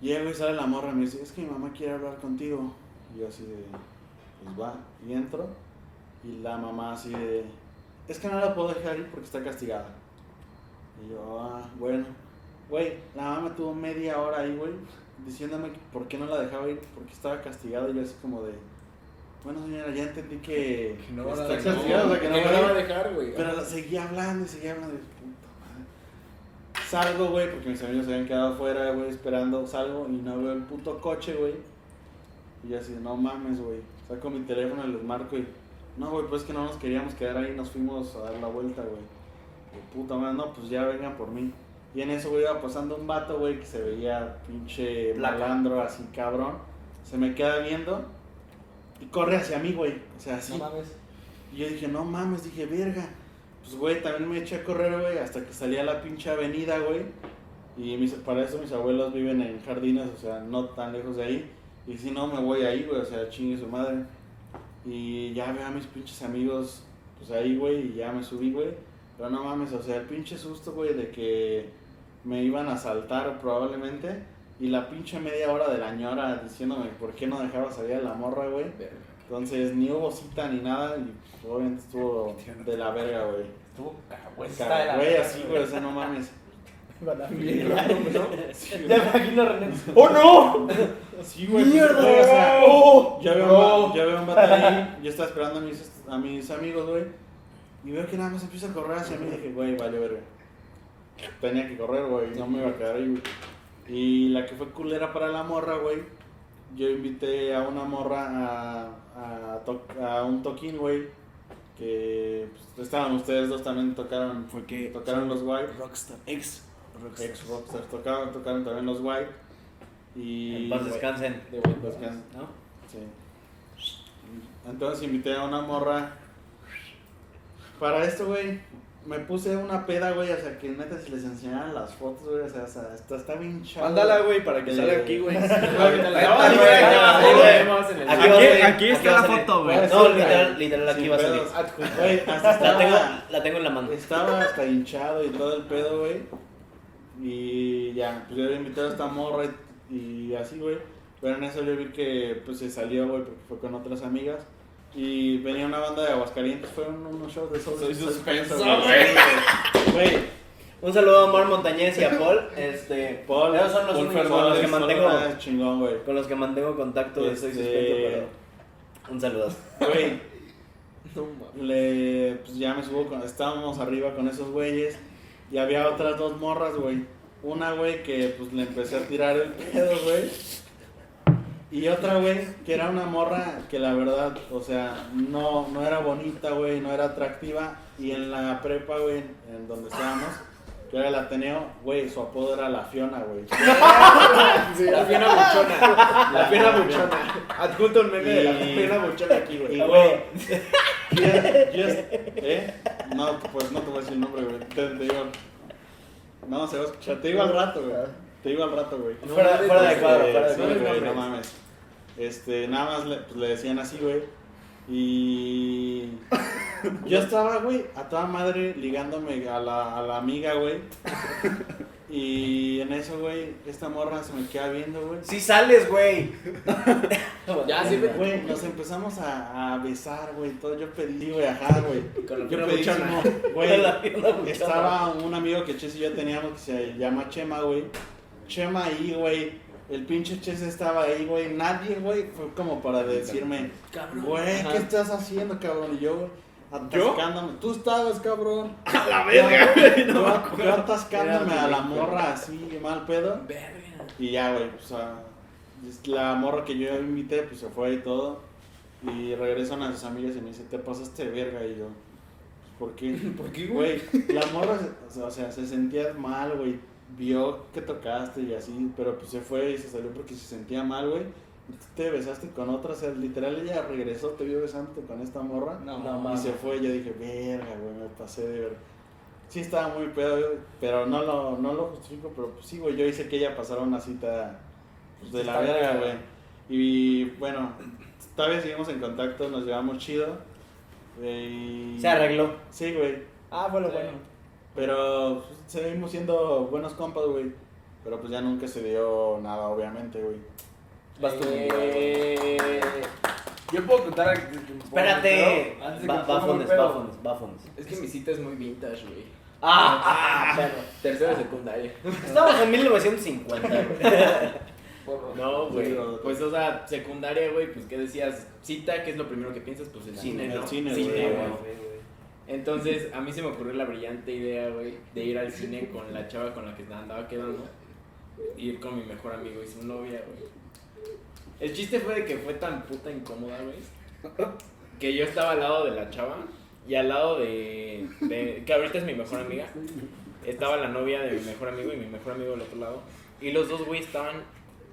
B: Llego y sale la morra y me dice, es que mi mamá quiere hablar contigo. Y yo así de, pues va. Y entro. Y la mamá así de, es que no la puedo dejar ir porque está castigada. Y yo, ah, bueno. Güey, la mamá me tuvo media hora ahí, güey, diciéndome que por qué no la dejaba ir, porque estaba castigada. Y yo así como de, bueno señora, ya entendí
K: <laughs>
B: que,
K: No,
B: está
K: la-
B: castigada, o sea, que no va a ir".
K: a dejar, güey.
B: Pero la seguía hablando y seguía hablando. y yo, puta madre. Salgo, güey, porque mis amigos se habían quedado afuera, güey, esperando. Salgo y no veo el puto coche, güey. Y yo así, no mames, güey. Saco mi teléfono y les marco y. No, güey, pues es que no nos queríamos quedar ahí, nos fuimos a dar la vuelta, güey. Y puta madre, no, pues ya vengan por mí. Y en eso, güey, iba pasando un vato, güey, que se veía pinche malandro, así cabrón. Se me queda viendo y corre hacia mí, güey. O sea, así. Y yo dije, no mames, dije, verga. Pues, güey, también me eché a correr, güey, hasta que salí a la pinche avenida, güey. Y mis, para eso mis abuelos viven en jardines, o sea, no tan lejos de ahí. Y si no, me voy ahí, güey, o sea, chingue su madre. Y ya veo a mis pinches amigos, pues ahí, güey, y ya me subí, güey. Pero no mames, o sea, el pinche susto, güey, de que me iban a asaltar probablemente. Y la pinche media hora de la ñora diciéndome por qué no dejaba salir a la morra, güey. Entonces, ni hubo cita ni nada, y pues, obviamente estuvo de la verga, güey.
E: Estuvo cagüesta Pues, de la
B: Cara, Güey,
E: verga,
B: así, güey, o sea, no mames.
A: <laughs>
E: Ya me imagino a René. ¡Oh, no!
B: Sí, güey. ¡Mierda! o sea, ya veo, un va- ya veo un vato ahí. Yo estaba esperando a mis, a mis amigos, güey. Y veo que nada más empieza a correr hacia mí. Y dije, güey, vale, verga. Tenía que correr, güey. No me iba a quedar ahí, güey. Y la que fue culera para la morra, güey. Yo invité a una morra a, a, to- a un toquín, güey. Que pues, estaban ustedes dos también tocaron.
K: Fue que
B: Tocaron los White.
K: Rockstar, ex Rockstar.
B: Ex Rockstar tocaron, tocaron también los White. Y.
E: En paz descansen.
B: De White Podcast.
E: ¿No?
B: Sí. Entonces invité a una morra. Para esto, güey, me puse una peda, güey, o sea, que neta si les enseñaran las fotos, güey, o sea, o sea, está, está bien chavo.
J: Mándala, güey, para que
B: Eh,
J: salga
O: <laughs>
J: aquí, güey.
B: Ahí
E: güey,
B: está,
E: ahí va,
B: güey.
E: ahí va.
B: Aquí-
E: va a salir,
O: aquí está
E: va a
O: la
E: salir.
O: foto, güey.
E: No, literal, literal, aquí
B: Sin
E: va a salir.
B: pedos. Güey, hasta
E: <laughs> La tengo,
B: estaba,
E: la tengo en la mano.
B: estaba hasta hinchado y todo el pedo, güey. Y ya, pues yo había invitado a esta morra y, y así, güey. Pero en eso yo vi que pues se salió, güey, porque fue con otras amigas. Y venía una banda de Aguascalientes, fueron unos shows de esos.
J: Soy
B: esos
J: suspenso,
B: pesos,
J: güey.
B: Sí, Güey,
E: Un saludo a Omar Montañez y a Paul. Este,
B: Paul,
E: Esos son los
B: Paul
E: únicos con los
B: Fernández,
E: que
B: Paul
E: mantengo,
B: Fernández, chingón, güey.
E: con los que mantengo contacto. de Soy
B: Este-
E: suspenso, pero un saludo.
B: Güey. Le, pues ya me subo con, estábamos arriba con esos güeyes y había otras dos morras, güey. Una, güey, que pues le empecé a tirar el pedo, güey. Y otra, güey, que era una morra que la verdad, o sea, no, no era bonita, güey, no era atractiva. Y en la prepa, güey, en donde estábamos, que era el Ateneo, güey, su apodo era La Fiona, güey.
H: La pierna buchona. La pierna
B: La-
H: buchona. Adjunto un meme de la
B: Y-
H: pierna buchona aquí,
B: Y
H: güey.
B: güey, yo, <laughs> yo- ¿eh? No, pues no te voy a decir el nombre, güey. Te, te digo. No, se va a escuchar. Ah. Te digo al rato, güey. Te digo al rato, güey.
E: fuera, fuera de cuadro, fuera de
B: este, Sí,
E: cuadro.
B: güey, no mames. Este, nada más le, pues, le decían así, güey. Y. Yo estaba, güey, a toda madre ligándome a la, a la amiga, güey. Y en eso, güey, esta morra se me queda viendo, güey.
E: Si sales, güey.
H: Ya, sí, güey.
B: Güey, nos empezamos a, a besar, güey. Todo yo pedí, güey, ajá, güey.
H: Con la
B: Yo
H: pierna
B: pedí,
H: buchona.
B: güey.
E: La pierna
B: <laughs>
E: buchona.
B: Estaba un amigo que Ches y yo teníamos que se llama Chema, güey. Chema ahí, güey. El pinche Ches estaba ahí, güey. Nadie, güey, fue como para decirme, güey, ¿qué estás haciendo, cabrón? Y yo, güey, atascándome. Tú estabas, cabrón. <laughs> A la verga, güey. yo, atascándome a la morra así, mal pedo. Y ya, güey, pues ah, es la morra que yo invité, pues se fue y todo. Y regresan a sus amigas y me dice, te pasaste de verga. Y yo, ¿por qué? ¿Por qué, güey? La morra, se- o sea, o sea, se sentía mal, güey. Vio que tocaste y así, pero pues se fue y se salió porque se sentía mal, güey. Y tú Te besaste con otra, o sea, literal ella regresó, te vio besándote con esta morra.
E: No,
B: Y
E: mames.
B: se fue, yo dije, verga, güey, me pasé de verga. Sí estaba muy pedo, güey, pero no lo, no lo justifico, pero pues sí, güey, yo hice que ella pasara una cita pues, de la verga, güey. Y bueno, todavía seguimos en contacto, nos llevamos chido. güey, y-
E: Se arregló.
B: Sí, güey,
A: Ah, bueno, bueno.
B: pero pues, seguimos siendo buenos compas, güey. Pero pues ya nunca se dio nada, obviamente, güey.
E: Vas tú.
H: Eh,
C: Yo puedo contar. a- que- que-
E: Espérate.
C: pero antes de que
E: Va
C: me
E: va
C: ponga muy
E: Fondes,
C: pedo.
E: va Fondes, va Fondes.
H: Es que mi cita es muy vintage, güey.
E: Ah, ah, perro.
H: Tercero de secundaria.
E: Estamos en 1950, güey.
C: Porro.
H: No,
B: Sí,
H: güey.
B: bro.
H: Pues, o sea, secundaria, güey, pues, ¿qué decías? Cita, ¿qué es lo primero que piensas? Pues el
E: Cine,
H: cine, ¿no?
B: el cine, güey.
H: güey. Entonces, a mí se me ocurrió la brillante idea, güey, de ir al cine con la chava con la que andaba quedando. Y ir con mi mejor amigo y su novia, güey. El chiste fue de que fue tan puta incómoda, güey, que yo estaba al lado de la chava y al lado de, de- que ahorita es mi mejor amiga. Estaba la novia de mi mejor amigo y mi mejor amigo del otro lado. Y los dos, güey, estaban,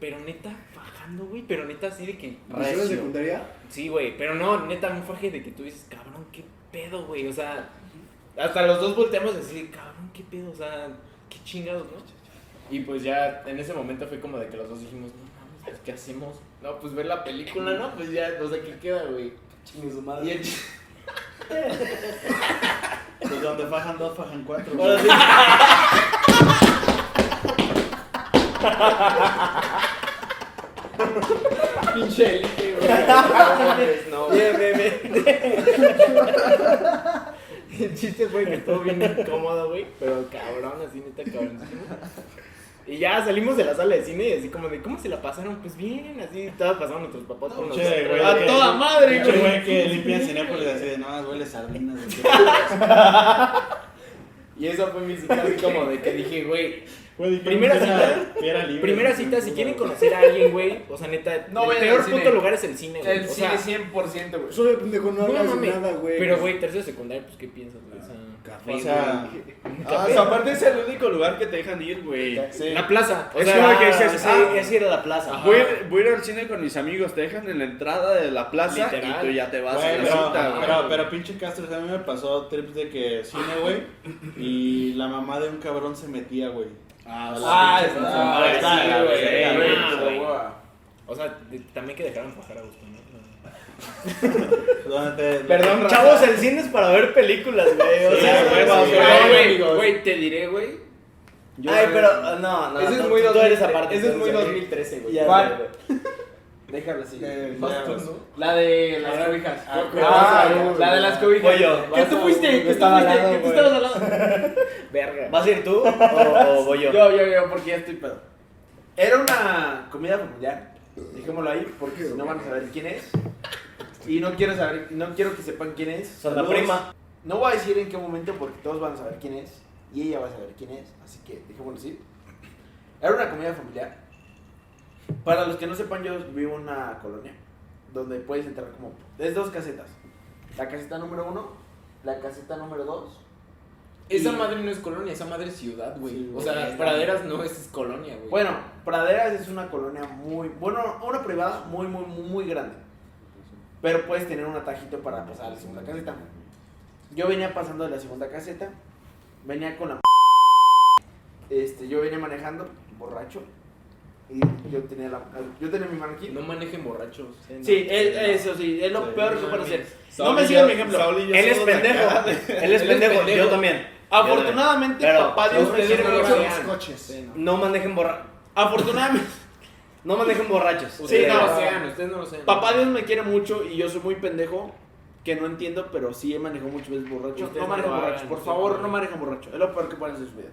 H: pero neta, bajando, güey, pero neta así de que...
J: ¿Hicieron de secundaria?
H: Sí, güey, pero no, neta, un faje de que tú dices, cabrón, qué pedo, güey, o sea, hasta los dos volteamos así, de, cabrón, qué pedo, o sea, qué chingados, ¿no? Y pues ya en ese momento fue como de que los dos dijimos, no mames, pues, ¿qué hacemos? No, pues ver la película, ¿no? Pues ya, o sea, ¿qué queda, güey? Y el ch-
B: Pues donde fajan dos, fajan cuatro.
E: Ahora
B: güey.
E: sí.
H: pinche elite, güey. No, mames, no.
E: Bien, bien, bien.
H: <laughs> El chiste fue que estuvo bien incómodo, güey, pero cabrón, así neta, cabrón. Y ya salimos de la sala de cine y así como de, ¿cómo se la pasaron? Pues bien, así todas pasaron nuestros papás con
B: Che,
H: nosotros.
B: güey,
H: A
B: que-
H: toda madre,
B: Pinche
H: güey.
B: güey que limpia en Cinépolis así de nada, huele sardinas. güey".
H: <laughs> Y esa fue mi cita así como de
C: <laughs>
H: que dije, güey,
B: Güey, dijeron
H: Primera
B: que era-
H: cita.
B: que era libre.
H: primera cita, si quieren conocer a alguien, güey, o sea, neta,
C: No
H: el
C: vayan
H: peor
C: al cine.
H: puto lugar es el cine, güey.
C: El
H: o sea,
C: cine 100%, güey.
K: Sube pendejo, no
H: no
K: hagas
H: mames.
K: nada, güey.
H: Pero, güey, tercero de secundaria, pues, ¿qué piensas, güey? O sea,
K: Café,
B: O sea,
J: Ah, o sea, aparte es el único lugar que te dejan ir, güey.
B: sí.
H: La plaza. O
J: Es
H: sea,
J: como que
E: Ah,
J: dices,
E: sí,
J: ah,
E: es ir a la plaza.
J: Voy, a ir- voy a ir al cine con mis amigos, te dejan en la entrada de la plaza
H: Literal.
J: y tú ya te vas
B: Güey,
J: a la
B: pero,
J: cita, güey.
B: pero, pero pinche Castro, a mí me pasó trips de que cine, güey, y la mamá de un cabrón se metía, güey.
C: Ah,
B: pinche
C: está-
B: persona.
C: ah,
B: Está
H: sí,
B: la
H: güey,
B: verga, güey.
H: ah,
B: Está
H: güey.
B: guapa.
H: o sea, de- también que dejaron bajar a gusto, ¿no? O
B: Donde te-
H: Perdón,
E: Chavos, el cine es para ver películas, güey. O
B: Sí,
E: sea,
B: güey,
E: güey,
B: sí,
H: sea,
E: güey.
H: Ay,
C: güey,
H: amigos.
C: güey, te diré, güey. Yo-
E: Ay, pero uh, no, no.
C: Ese
E: tú-
C: es muy
E: tú
C: 2000,
E: eres aparte,
C: Ese es muy
E: entonces, güey.
C: 2013, güey.
E: Ya,
C: ¿Cuál?
E: güey.
C: Déjala así.
B: Eh,
C: Fast
B: ya,
C: food,
B: güey.
C: ¿no? La de las cobijas.
B: ah,
C: Ah,
B: güey.
C: la de las cobijas.
E: Pollo.
C: ¿Qué tú fuiste? ¿Qué tú
E: Estaba al
C: fuiste?
E: lado,
C: ¿Qué tú
E: güey.
C: estabas al lado?
E: <laughs>
H: verga.
E: ¿Vas a ir tú
C: <laughs>
E: o, o voy yo?
C: Yo, yo, yo, porque ya estoy pedo. Era una comida familiar. Dejémoslo ahí, porque si no van a saber quién es. Y no quiero saber, no quiero que sepan quién es.
E: Son la
C: Saludos.
E: prima.
C: No voy a decir en qué momento porque todos van a saber quién es y ella va a saber quién es, así que dejémoslo así. Era una comida familiar. Para los que no sepan, yo vivo en una colonia donde puedes entrar como... Es dos casetas. La caseta número uno, la caseta número dos.
H: Esa
C: y-
H: madre no es colonia, esa madre es ciudad, güey.
C: Sí,
H: o
C: güey.
H: sea, las praderas no es, es colonia, güey.
C: Bueno, Praderas es una colonia muy... Bueno, una privada muy, muy, muy, muy grande. Pero puedes tener un atajito para pasar a la segunda caseta. Yo venía pasando de la segunda caseta. Venía con la... Este, yo venía manejando, borracho. Y yo tenía la... Yo tenía mi
H: Que
C: marquito.
H: no manejen borrachos.
C: Sí, él- eso sí, es lo
B: Sí,
C: peor que
B: no
C: puede
B: mames.
C: hacer. No me sigan mi ejemplo.
E: Él
C: <laughs>
E: es pendejo.
A: <laughs>
E: Él es pendejo, yo también.
C: Afortunadamente,
E: Pero
C: papá Dios
H: ustedes
C: prefiere
H: no
C: que
H: lo
C: yo sea-
H: vean.
K: coches.
E: No manejen borra
C: Afortunadamente,
E: no manejen borrachos.
C: Sí,
H: Ustedes no
C: no.
H: lo sean, ustedes no lo sean.
C: papá Dios me quiere mucho y yo soy muy pendejo. Que no entiendo, pero sí he manejado muchas veces borracho.
H: Ustedes
C: No
H: no
C: manejan
H: lo hagan,
C: borracho, por
H: ustedes no
C: favor,
H: lo
C: no
H: hagan.
C: manejan borracho. Es lo peor que pueden hacer en su vida.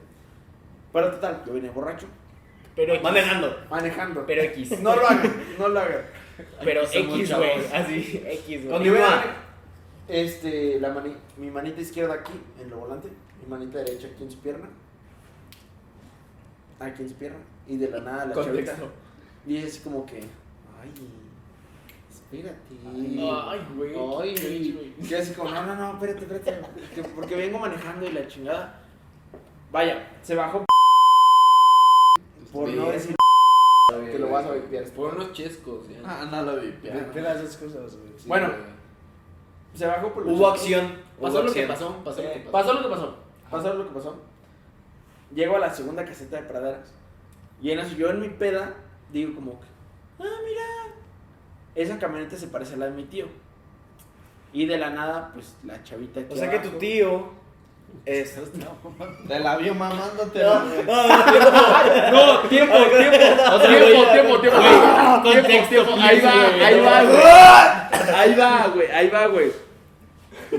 C: Pero total, yo venía borracho,
H: pero X,
E: Manejando.
C: manejando.
H: pero X,
C: No lo hagan, no
H: <laughs>
C: lo hagan.
H: pero
K: Somos
H: X,
K: chavos.
C: <laughs>
H: güey, así, X, güey.
E: Continúa.
C: Este, la mani- mi manita izquierda aquí, en lo volante, mi manita derecha aquí en su pierna. Aquí en su pierna. Y de la nada la chavita.
H: Contexto.
C: Y es como que, ay, espérate.
H: Ay, güey.
C: Ay,
H: qué
C: güey.
H: pinche, güey.
C: Yo así como, no, no, no, espérate, espérate. que- porque vengo manejando y la chingada. Vaya, se bajó.
H: Pues
C: Por no decir que lo vas a vipiar.
H: Por unos chescos, ya.
J: Ah, no lo vi.
K: ¿Qué qué las dos cosas, güey? Sí,
C: Bueno,
K: güey.
C: Se bajó por los
E: Hubo
C: chicos.
E: acción.
H: Pasó
E: hubo
H: lo que
E: acción.
H: pasó, pasó lo que pasó.
C: Pasó lo que pasó. Pasó lo que pasó. Llego a la segunda caseta de praderas. Y en eso, yo en mi peda, digo como que, ah, mira, esa camioneta se parece a la de mi tío. Y de la nada, pues la chavita. aquí
E: O sea que
C: abajo-
E: tu tío es
B: Te la vio mamándote. güey.
H: No, tiempo,
E: <laughs>
H: tiempo. tiempo, tiempo, tiempo. Contexto, Ahí va, ahí va, güey.
C: Ahí va, güey, ahí va, güey.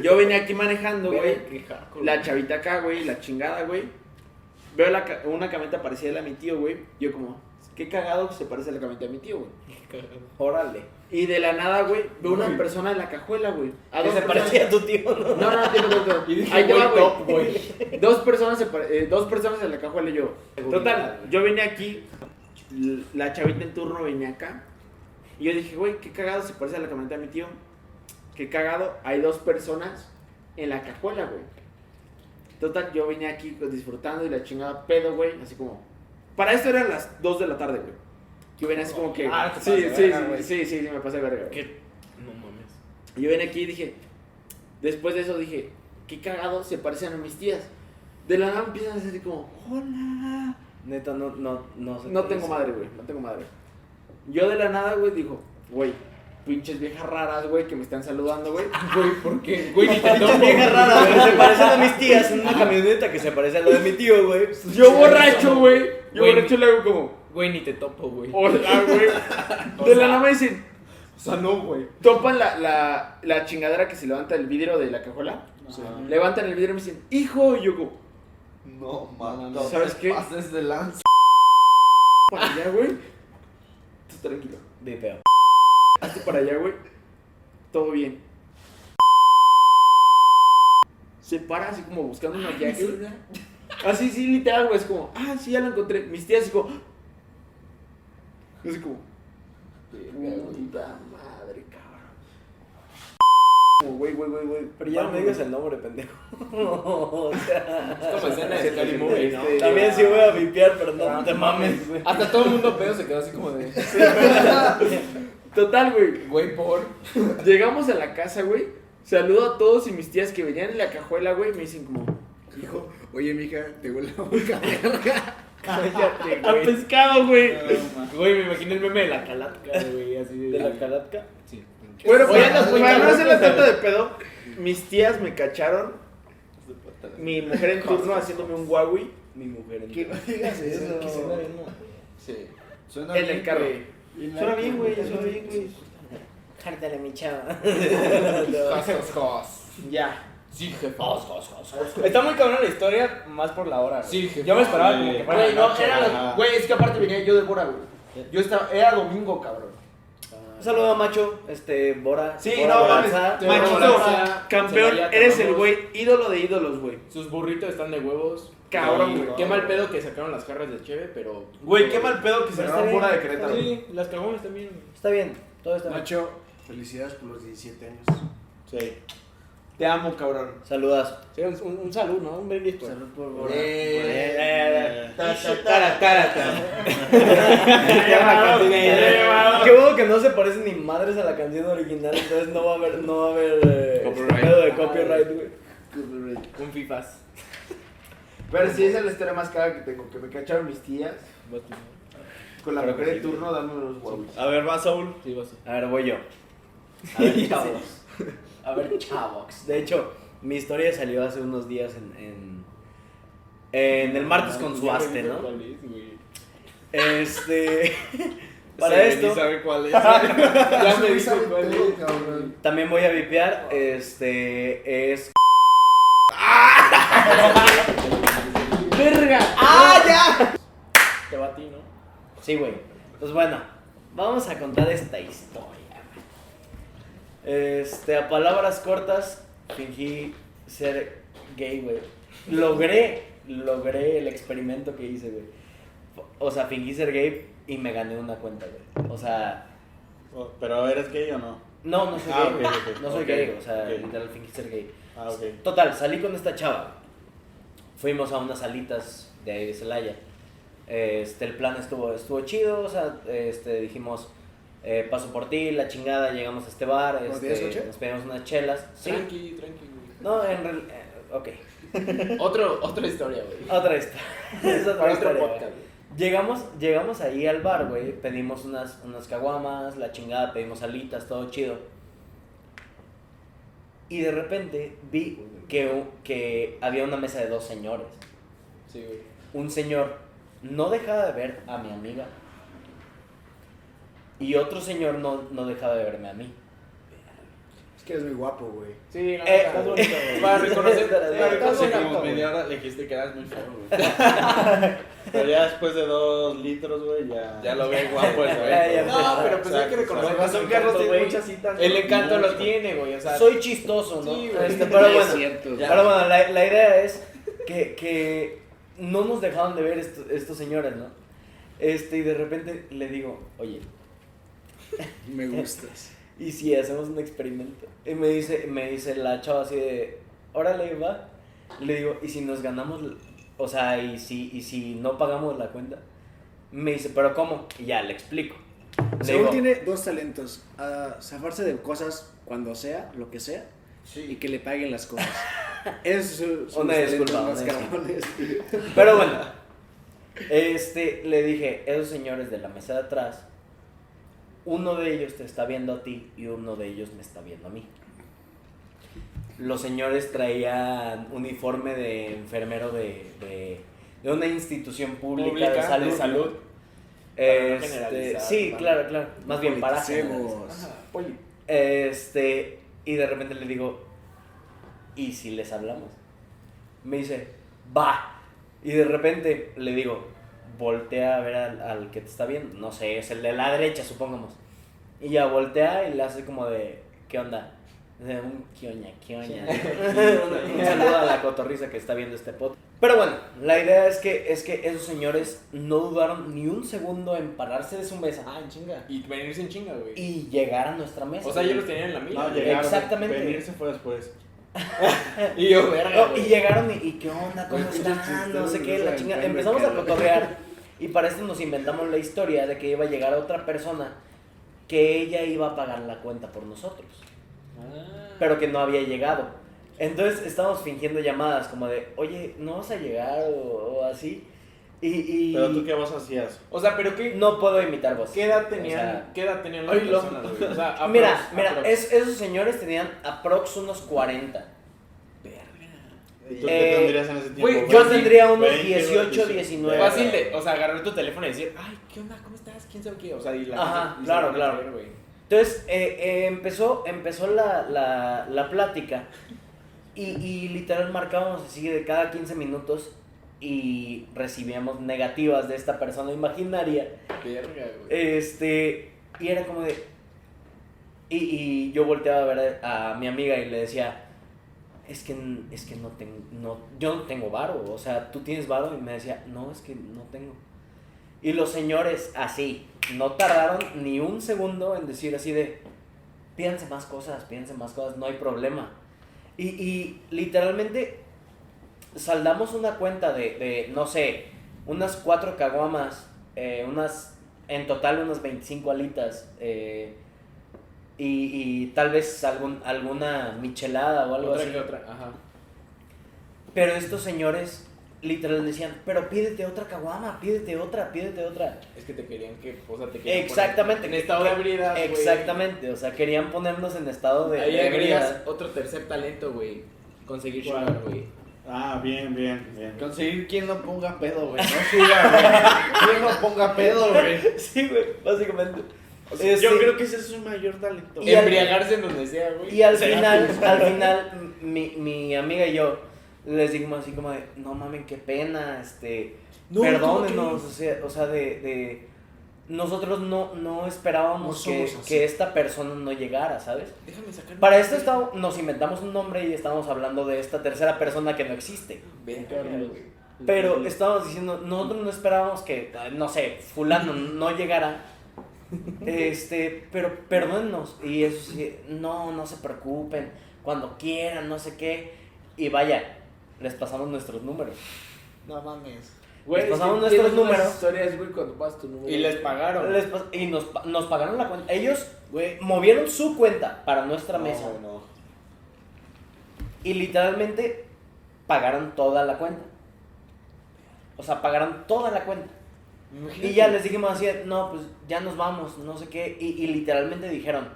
C: Yo venía aquí manejando, güey. La chavita acá, güey, la chingada, güey. Veo la ca- una camioneta parecida a la de mi tío, güey. Yo como, qué cagado que se parece a la camioneta de mi tío, güey. Órale. Y de la nada, güey, veo una persona en la cajuela, güey. A
E: que
C: dos
E: se
C: personas-
E: parecía a tu tío. ¿no?
C: No, no, tío, no, no. Ahí te va, güey. Dos personas, se pare- eh, dos personas en la cajuela y yo. Total, yo venía aquí, l- la chavita en turno venía acá. Y yo dije, güey, qué cagado se parece a la camioneta de mi tío. Qué cagado, hay dos personas en la cajuela, güey. Total, yo venía aquí pues, disfrutando y la chingada pedo, güey. Así como. Para esto eran las 2 de la tarde, güey. Yo venía así como que.
K: Ah, te
C: sí,
K: pasas de
C: sí,
K: verga,
C: sí,
K: güey.
C: sí, sí, sí, me pasé de verga. güey.
H: ¿Qué? No mames.
C: Y Yo vine aquí y dije, después de eso dije, qué cagado se parecen a mis tías. De la nada empiezan a decir como, hola.
E: Neta, no, no, no sé.
C: No tengo madre, güey, no tengo madre. Yo de la nada, güey, digo, güey, pinches viejas raras, güey, que me están
H: <laughs>
C: saludando, güey.
H: Güey, ¿por qué? Güey, ni te
E: Pinche
H: tomo.
E: vieja rara, güey. Se parecen a mis tías en una camioneta que se parece a lo de mi tío, güey.
C: Yo borracho, güey. Yo
H: Güey.
C: borracho le hago como,
H: Güey, ni te topo, güey.
C: hola,
H: <laughs>
C: güey. De la nada me dicen,
B: O sea, no, güey.
C: topan la, la, la chingadera que se levanta el vidrio de la cajuela. Levantan el vidrio y me dicen, hijo, y yo como,
B: No, mano.
C: ¿Sabes qué?
B: Pases de lanza. allá, güey.
C: Tú tranquilo.
E: Vipeo.
B: Hazte para allá, güey. Todo bien. Se para así como buscando una guía. güey. Así, sí, literal, güey. Es como, ah, sí, ya lo encontré. Mis tías, así como. Así como. Puta madre, cabrón. Como, güey, güey, güey, güey.
E: Pero ya no me digas el nombre, <laughs> pendejo. o sea,
K: Esto me escena de Scary Movie, ¿no?
E: también sí voy a vipear, pero no te mames, güey.
K: Hasta todo el mundo pedo se quedó así como de.
B: Pues, Total, güey.
K: Güey, por.
B: Llegamos a la casa, güey. Saludo a todos y mis tías que venían en la cajuela, güey. Me dicen como,
K: Hijo, oye, mija, te huele la boca verga.
B: cállate, güey. A pescado, güey.
H: Güey, me imagino el meme de la calatca,
A: <laughs>
H: güey, así
E: ¿De la calatca?
K: Sí, pinche.
B: Bueno, pues,
E: Oye,
B: para,
E: andas muy
B: para no
E: cabrón,
B: hacerla
E: pero-
B: tanto de pedo, mis tías me cacharon. Mi mujer en turno haciéndome un Huawei
E: Mi mujer.
A: <laughs>
K: Que no digas eso.
E: Que suena bien, ¿no?
K: Sí. Suena
B: en el carro.
K: Suena bien, güey. Suena bien, güey.
E: Jártale, mi chava.
K: Jos, jos.
B: Ya.
K: Sí, jefe. Jos, jos, jos.
A: Está muy cabrón la historia, más por la hora. güey.
K: Sí, jefe.
A: Yo me esperaba como que fuera
C: Güey,
A: la
C: no,
A: noche,
C: era
A: ajá.
C: los- Güey, es que aparte venía yo de Bora, güey. Yo estaba. Era domingo, cabrón.
E: <laughs> Un saludo a Macho, este, Bora.
B: Sí,
E: Bora,
B: no
E: Bora,
B: mames.
E: Sa-
K: te-
B: Machito,
K: Hola,
B: campeón,
K: Celaya, te
B: eres el
K: amamos.
B: güey, ídolo de ídolos, güey.
H: Sus burritos están de huevos.
B: Cabrón,
H: Y
B: güey.
H: Qué mal pedo que sacaron las jarras de cheve, pero.
B: Güey, qué mal pedo que se
E: Pero
B: agarraron
E: está
B: Bora de
E: bien.
B: Querétaro.
H: Sí, las cagones también. güey.
E: Está bien, todo está bien.
K: Macho, felicidades por los 17 años.
B: Sí. Te amo, cabrón.
E: Saludazo.
A: Sí, un, un- un saludo, ¿no? Un brindis, pues.
E: Salud por Bora. eh, Qué bueno que no se parecen ni madres a la canción original, entonces no va a haber, no va a haber eh,
J: Copyright.
E: pedo de copyright, güey.
H: Un fifas.
C: Pero sí, esa es la historia más cara que tengo. Que me cacharon mis tías. Con la mujer de turno dándome los Huawei.
I: A ver, va Saúl.
H: Sí, vas.
E: A ver, voy yo. A <laughs> ver, chavos. A ver, chavos. De hecho, mi historia salió hace unos días en, en, en el martes con Suaste, ¿no? Este. <laughs> Para esto.
J: sabe cuál es. ¿eh?
K: Ya me dijo cuál es, cabrón.
E: También voy a vipear. Este es. ¡Verga! ¡Ah, ya!
H: Te va a ti, ¿no?
E: Sí, güey. Pues bueno, vamos a contar esta historia. Este, a palabras cortas, fingí ser gay, güey. Logré, logré el experimento que hice, güey. O sea, fingí ser gay y me gané una cuenta, güey. O sea,
B: <laughs> Oh, Pero eres gay o no?
E: no, no soy
B: Ah,
E: gay. güey.
B: ok, ok,
E: No soy
B: ok,
E: gay, o sea,
B: ok.
E: literal fingí ser gay.
B: Ah, ok.
E: Total, salí con esta chava. Fuimos a unas salitas de ahí de Celaya. Este, el plan estuvo, estuvo chido, o sea, este, dijimos, eh, paso por ti, la chingada, llegamos a este bar,
K: ¿Nos
E: este,
K: tienes coche?
E: nos pedimos unas chelas. Sí.
H: Tranqui, tranqui, güey.
E: No, en real- eh,
H: <laughs>
E: ok,
H: Otro, otra historia, güey.
E: otra historia. <laughs> Es otra
H: Para otro
E: historia, güey.
H: podcast, güey.
E: Llegamos, llegamos ahí al bar, güey, pedimos unas, unas caguamas, la chingada, pedimos alitas, todo chido. Y de repente vi que, u- que había una mesa de dos señores.
H: Sí, güey.
E: un señor no dejaba de ver a mi amiga y otro señor no, no dejaba de verme a mí.
K: Es que eres muy guapo, güey.
H: Sí, la
E: Eh,
H: neta,
E: eh,
H: bonito, güey.
J: Ah,
H: Para
E: <laughs>
H: reconocer.
E: Para
H: Sí,
E: reconocer
H: estás
J: Hace
H: bonito,
J: como
H: güey.
J: media hora le dijiste que eras muy feo,
E: <laughs>
J: güey.
B: Pero ya después de dos litros, güey, <laughs> ya.
J: Ya lo ve guapo el
E: Ya,
J: güey.
E: ya.
H: No, pero pues hay que reconocer que
B: Son
H: son
B: Carlos
H: Carlos
B: tiene
H: güey.
B: muchas citas.
H: El encanto lo tiene, güey. O sea,
E: Soy chistoso, ¿no?
H: Sí, güey.
E: Este, pero
J: Es
E: bueno,
J: cierto.
E: pero bueno, la, la idea es que, que no nos dejaban de ver esto- estos señores, ¿no? Este, y de repente le digo, oye,
K: Me gustas.
E: ¿y si hacemos un experimento? Y me dice, me dice la chava así de, órale, va. Le digo, ¿y si nos ganamos, la- o sea, y si, y si no pagamos la cuenta? Me dice, ¿pero cómo? Y ya, le explico. Le
K: Según
E: digo,
K: tiene dos talentos: a zafarse de cosas cuando sea, lo que sea, y que le paguen
E: <laughs>
K: las cosas. Es su, sus
E: Una
K: talentos
E: disculpa,
K: más
E: una disculpa.
K: cabrones.
E: Pero bueno, este, le dije, esos señores de la mesa de atrás, uno de ellos te está viendo a ti y uno de ellos me está viendo a mí. Los señores traían uniforme de enfermero de, de- de una institución pública, de
H: Pública,
E: salud.
H: de salud.
E: Este,
H: Para no generalizar,
E: sí,
H: ¿no?
E: claro, claro. Más bien para generalizar.
K: Politicemos.
E: Este, y de repente le digo, ¿y si les hablamos? Me dice, va. Y de repente le digo, voltea a ver al, al que te está viendo. No sé, es el de la derecha, supongamos. Y ya voltea y le hace como de, ¿qué onda? De un quioña,
H: <laughs>
E: quioña. un saludo a la cotorriza que está viendo este podcast. Pero bueno, la idea es que, es que esos señores no dudaron ni un segundo en pararse de su mesa
H: Ah, en chinga. Y venirse en chinga, güey.
E: y llegar a nuestra mesa.
H: O sea, ellos los tenían en la mira.
B: No, llegaron.
E: Exactamente.
B: Venirse fue después.
H: Y yo, verga,
E: No, Oh, y
H: güey.
E: llegaron y, y qué onda, cómo
B: Güey,
E: están, no sé qué,
B: chistoso,
E: la chingada.
B: güey,
E: Empezamos
B: me
E: a
B: quedo.
H: <laughs>
E: cotorrear y para esto nos inventamos la historia de que iba a llegar otra persona que ella iba a pagar la cuenta por nosotros,
H: Ah.
E: pero que no había llegado. Entonces estábamos fingiendo llamadas como de, oye, no vas a llegar o, o así. Y, y-
B: Pero tú qué vas hacías.
H: O sea, pero qué,
E: no puedo imitar voz.
H: ¿qué edad
E: O
H: tenían,
E: sea,
H: qué edad tenían las
J: Ay, lo-
H: personas, güey? O
E: <laughs>
H: sea, aprox,
E: Mira, mira,
H: aprox.
E: es- esos señores tenían aprox unos 40.
B: ¿Y tú
E: Eh,
B: qué tendrías en ese tiempo?
H: güey,
E: Yo
H: fácil,
E: tendría unos
B: 20,
E: 18,
B: 18.
E: 19.
H: Fácil de, o sea, agarrar tu teléfono y decir, ay, ¿qué onda? ¿Cómo estás? ¿Quién sabe qué? O sea, y la
E: Ajá,
H: y se
E: claro,
H: van a
E: claro.
H: creer, güey.
E: Entonces eh, eh, empezó, empezó la, la, la plática y, y literal marcábamos así de cada 15 minutos y recibíamos negativas de esta persona imaginaria.
H: Verga, güey.
E: Este, y era como de... Y, y yo volteaba a ver a, a mi amiga y le decía, es que, n- es que no tengo, no, yo no tengo varo, o sea, tú tienes varo y me decía, no, es que no tengo. Y los señores así, no tardaron ni un segundo en decir así de, pídanse más cosas, pídanse más cosas, no hay problema. Y, y literalmente saldamos una cuenta de, de, no sé, unas cuatro caguamas, eh, unas, en total unas 25 alitas, eh, y, y tal vez algún, alguna michelada o algo
H: Otra
E: así.
H: que otra, ajá.
E: Pero estos señores literal decían, pero pídete otra caguama, pídete otra, pídete otra.
H: Es que te querían que, o sea, te querían
E: Exactamente.
H: poner en estado de ebriedad, güey.
E: Exactamente, o sea, querían ponernos en estado de...
H: Ahí
E: de
H: agregas
E: ebriedad.
H: otro tercer talento, güey. Conseguir
B: ¿Cuál?
H: sugar, güey.
B: Ah, bien, bien, bien.
J: Conseguir quien no ponga pedo,
H: <laughs>
J: güey. No siga, güey. Quien no ponga pedo, güey.
E: <laughs> Sí, güey, básicamente.
J: O sea, yo
E: Este-
J: creo que ese es su mayor talento.
E: Y al-
H: Embriagarse en donde sea, güey.
E: Y al final, al final, mi, mi amiga y yo les dijimos así como de, no mamen, qué pena, este, perdónenos, o sea, o sea, de, de- nosotros no, no
K: No
E: esperábamos que,
K: somos así.
E: que esta persona no llegara, ¿sabes?
H: Déjame sacar.
E: Para esto está- nos inventamos un nombre y estamos hablando de esta tercera persona que no existe.
H: Verga, güey.
E: Pero estábamos diciendo, nosotros no esperábamos que, no sé, fulano no llegara. Este, pero perdónennos. Y eso sí, no, no se preocupen. Cuando quieran, no sé qué. Y vaya, les pasamos nuestros números.
K: No mames.
E: Les pasamos
O: es que
E: nuestros
O: tienes unas
E: números.
O: historias, güey, cuando pasas tu número.
H: Y les pagaron.
E: Les pas- y nos, pa- nos pagaron la cuenta. Ellos movieron su cuenta para nuestra mesa.
B: no.
E: Y literalmente pagaron toda la cuenta. O sea, pagaron toda la cuenta. Y ya les dijimos así, no, pues ya nos vamos, no sé qué. Y, y literalmente dijeron,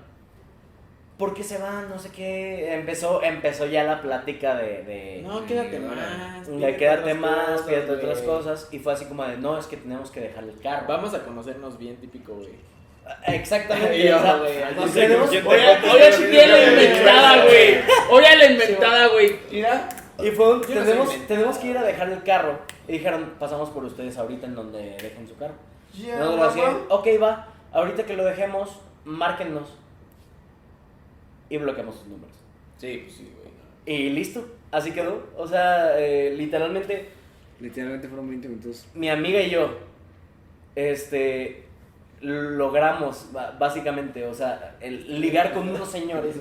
E: ¿por qué se van? No sé qué. Empezó, empezó ya la plática de... de
H: No, quédate más.
E: de
H: pídete
E: quédate
H: otras
E: más,
H: cosas,
E: fíjate
H: güey.
E: otras cosas. Y fue así como de, no, es que tenemos que dejar el carro.
H: Vamos a conocernos bien, típico, güey. <laughs>
E: Exactamente.
H: Yo,
E: o sea,
H: güey, al
E: nos
H: diseño,
E: tenemos-
J: ¿quién te
E: Oye,
J: compra?
O: Hoy a la inventada, güey. Hoy a la inventada, güey. Mira.
E: Y fue un-
H: Yo no soy
E: tenemos,
H: mental.
E: tenemos que ir a dejar el carro. Y dijeron, pasamos por ustedes ahorita en donde dejen su carro. Nosotros así, ok, va. Ahorita que lo dejemos, márquennos. Y bloqueamos sus números.
H: Sí, pues sí, güey. no.
E: Y listo, así quedó. O sea, eh, literalmente,
K: Literalmente fueron 20 minutos.
E: mi amiga y yo, este, logramos, ba- básicamente, o sea, el ligar con unos señores.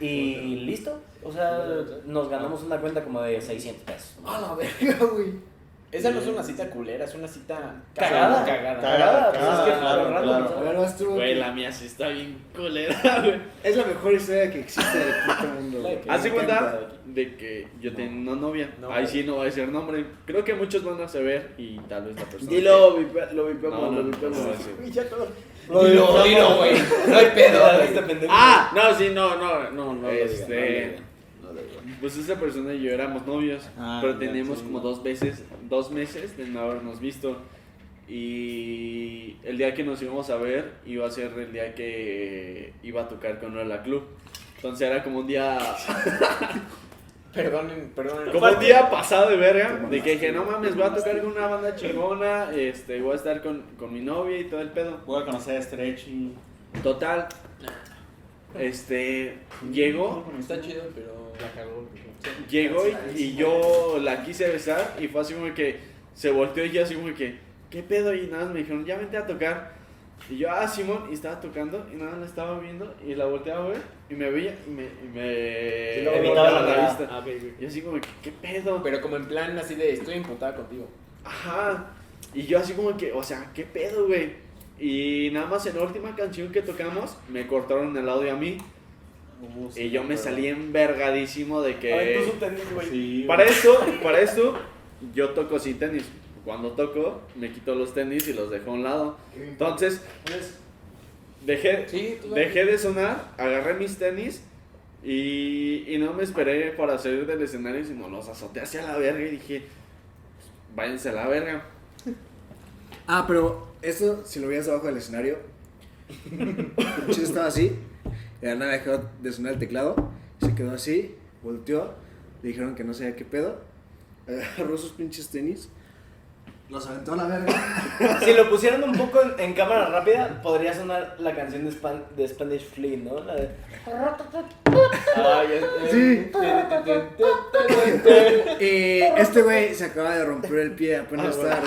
E: Y listo, o sea, nos ganamos una cuenta como de 600 pesos.
K: A la verga, güey.
H: Esa no es una cita culera, es una cita
E: Cagada.
H: cagada.
E: Cagada, pues,
B: cagada,
E: es que
B: claro,
E: por random,
B: claro.
K: La
E: ¿sabes?
K: verdad estuvo.
J: Güey, la mía sí está bien culera, güey.
K: Es la mejor historia que existe del puto
C: <laughs>
K: mundo. güey.
H: que-
J: Haz de
K: Me encanta.
J: cuenta de que yo tenía una novia.
H: No,
J: Ahí
H: güey.
J: sí no va a decir nombre. Creo que muchos van a saber y tal vez la persona.
K: Dilo, vipe- lo
J: que- No, no,
K: vipeamos,
J: no,
K: lo
J: no, no,
K: vipeamos.
J: sí.
H: Dilo, dilo, güey. No hay pedo, güey.
J: Ah, no, sí, no, no, no, no.
K: No lo
J: Este.
K: digan, no lo digan.
J: Pues esa persona y yo éramos novios,
B: Ah,
J: pero
B: ya,
J: teníamos
B: sí,
J: como
B: no.
J: dos veces, dos meses de no habernos visto. Y el día que nos íbamos a ver iba a ser el día que iba a tocar con la Club. Entonces era como un día
R: <laughs> Perdonen, perdonen.
J: Como un día pasado de verga, de que dije, no mames, voy a tocar con una banda chingona, este, voy a estar con, con mi novia y todo el pedo.
B: Voy a conocer a Stretchy.
J: Total, este, llegó,
K: Está chido, pero la cagó.
J: llegó y, y yo la quise besar y fue así como que se volteó y yo así como que, ¿qué pedo? Y nada, más me dijeron, ya vente a tocar. Y yo, ah, Simón, y estaba tocando y nada, más la estaba viendo y la volteaba a ver y me veía y me... y me-
K: Eh,
E: Y luego
J: evitaba
E: volteaba la mirada.
J: vista. Y así como que, ¿qué pedo?
R: Pero como en plan así de estoy emputada contigo.
J: Ajá. Y yo así como que, o sea, ¿qué pedo, güey? Y nada más en la última canción que tocamos, me cortaron el audio a mí. Y yo me salí envergadísimo de
C: A ver, tú
R: pues,
J: que...
C: subtenis, güey.
B: Sí,
J: Para esto, para esto, yo toco sin tenis. Cuando toco, me quito los tenis y los dejo a un lado. Entonces, dejé,
R: Sí, tú dale.
J: dejé de sonar, agarré mis tenis y, y no me esperé para salir del escenario, sino los azoté hacia la verga y dije, váyanse a la verga.
K: Ah, pero eso, si lo veías abajo del escenario, el chiste estaba así, de la nada dejó de sonar el teclado, se quedó así, volteó, le dijeron que no sabía qué pedo, agarró sus pinches tenis, los aventó a la verga.
E: Si lo pusieran un poco en, en cámara rápida, podría sonar la canción de, Span- de Spanish Flea, ¿no? La de...
C: Ah,
K: Sí. Eh, este güey se acaba de romper el pie, apenas estaba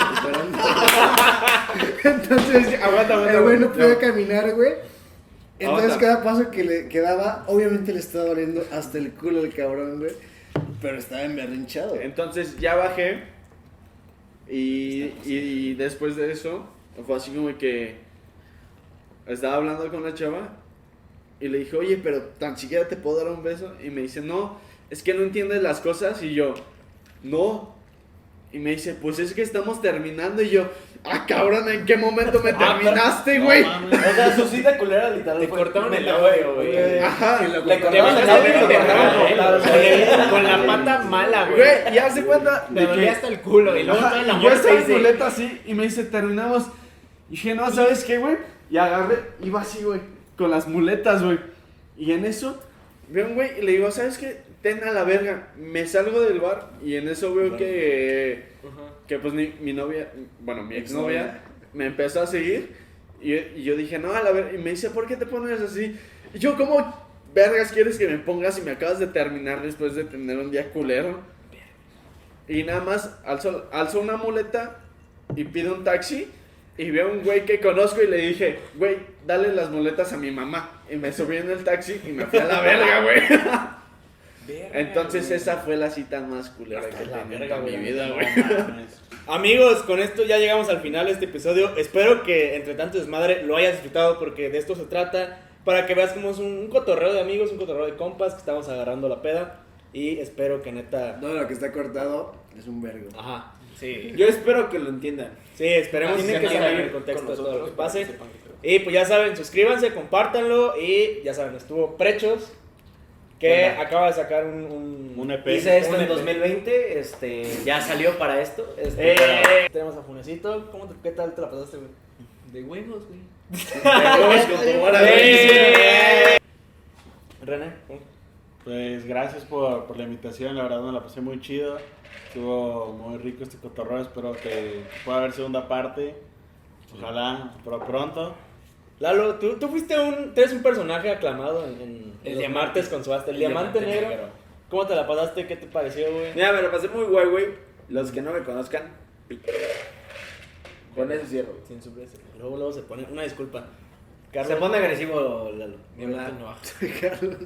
K: recuperando. Entonces, el güey no podía caminar, güey. Entonces,
J: Aguanta.
K: cada paso que le quedaba, obviamente le estaba doliendo hasta el culo al cabrón, güey. Pero estaba emberrinchado.
J: Entonces ya bajé y, y después de eso fue así como que estaba hablando con la chava y le dije, oye, pero tan siquiera te puedo dar un beso. Y me dice, no, es que no entiendes las cosas. Y yo, no. Y me dice, pues es que estamos terminando. Y yo, ah, cabrón, ¿en qué momento me terminaste, güey?
E: O sea, su cita culera literal
R: Te
E: fue,
R: cortaron
E: "Me
R: el
E: la
R: audio,
E: veo,
R: güey".
J: Ajá.
E: Le
R: Te
E: cortaron
R: vas
E: el
R: a hacer
E: audio,
R: enterrar,
E: güey.
R: ¿eh? Con la- Con la pata mala, güey.
J: Güey, ya se cuenta
R: Te
J: de que
R: dolía hasta el culo y luego
J: Ajá,
R: toda la
J: y yo
R: muerte
J: estaba en
R: dice,
J: culeta así y me dice, terminamos. Y dije, no, ¿sabes qué, güey? Y agarré, iba así, güey, con las muletas, güey. Y en eso, veo un güey y le digo, ¿sabes qué? Ten a la verga. Me salgo del bar y en eso veo que, que pues mi, mi novia, bueno, mi exnovia, me empezó a seguir. Y, y yo dije, no, a la verga. Y me dice, ¿por qué te pones así? Y yo, ¿cómo vergas quieres que me pongas si me acabas de terminar después de tener un día culero? Y nada más alzo, alzo una muleta y pido un taxi y veo a un güey que conozco y le dije, güey, dale las muletas a mi mamá. Y me subí en el taxi y me fui <laughs> a la verga, güey. Entonces esa fue la cita más culera que he tenido en toda mi vida, güey.
A: Amigos, con esto ya llegamos al final de este episodio. Espero que entre tanto desmadre lo hayas disfrutado porque de esto se trata. Para que veas cómo es un, un cotorreo de amigos, un cotorreo de compas que estamos agarrando la peda. Y espero que neta.
K: Todo lo que está cortado es un vergo.
A: Ajá, sí.
C: Yo espero que lo entiendan.
A: Sí, esperemos que se entienda el contexto de todo lo que pase. Y pues ya saben, suscríbanse, compártanlo. Y ya saben, estuvo Prechos que acaba de sacar un. un-
B: Un EP.
E: Hice esto
A: Un E
E: en
A: EP.
E: 2020, este, ya salió para esto. Este,
A: Eh,
E: para-
A: Tenemos a Funesito. ¿Cómo te- ¿Qué tal te la pasaste, güey?
S: De huevos, güey.
A: <laughs> Eh. René, ¿cómo?
B: Pues gracias por, por la invitación, la verdad me la pasé muy chido. Estuvo muy rico este cotorreo, espero que pueda haber segunda parte. Ojalá, pero pronto.
A: Lalo, tú, tú fuiste un, tú eres un personaje aclamado en, en- en
R: El
A: los
R: diamante.
A: martes con subasta. El, diamante, negro. ¿Cómo te la pasaste? ¿Qué te pareció, güey?
C: Mira, me lo pasé muy guay, güey. Los que no me conozcan, con eso cierro. güey.
A: Sin sorpresa. Luego, luego se pone una disculpa.
E: se
A: Carlos,
E: pone agresivo Lalo.
C: Hola.
K: Carlos.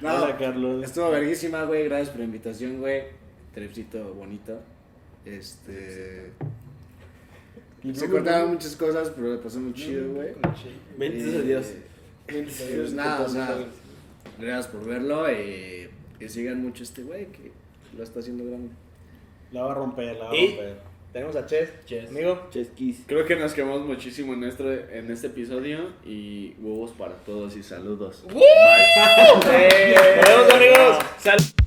K: no,
B: Hola Carlos.
K: estuvo verguísima, güey. Gracias por la invitación, güey. Trepsito bonito. Este. Se cortaron muchas cosas, pero le pasó muy chido, güey.
C: Benditos
K: Eh,
C: a Dios.
K: Pues nada, o sea, gracias por verlo. eh, que sigan mucho este güey que lo está haciendo grande.
B: La va a romper, la va a
A: ¿Y?
B: romper.
A: Tenemos a Ches. Amigo.
C: Chesquis.
J: Creo que nos quemamos muchísimo en este, en este episodio y huevos para todos y saludos.
A: Nos vemos, amigos. Saludos.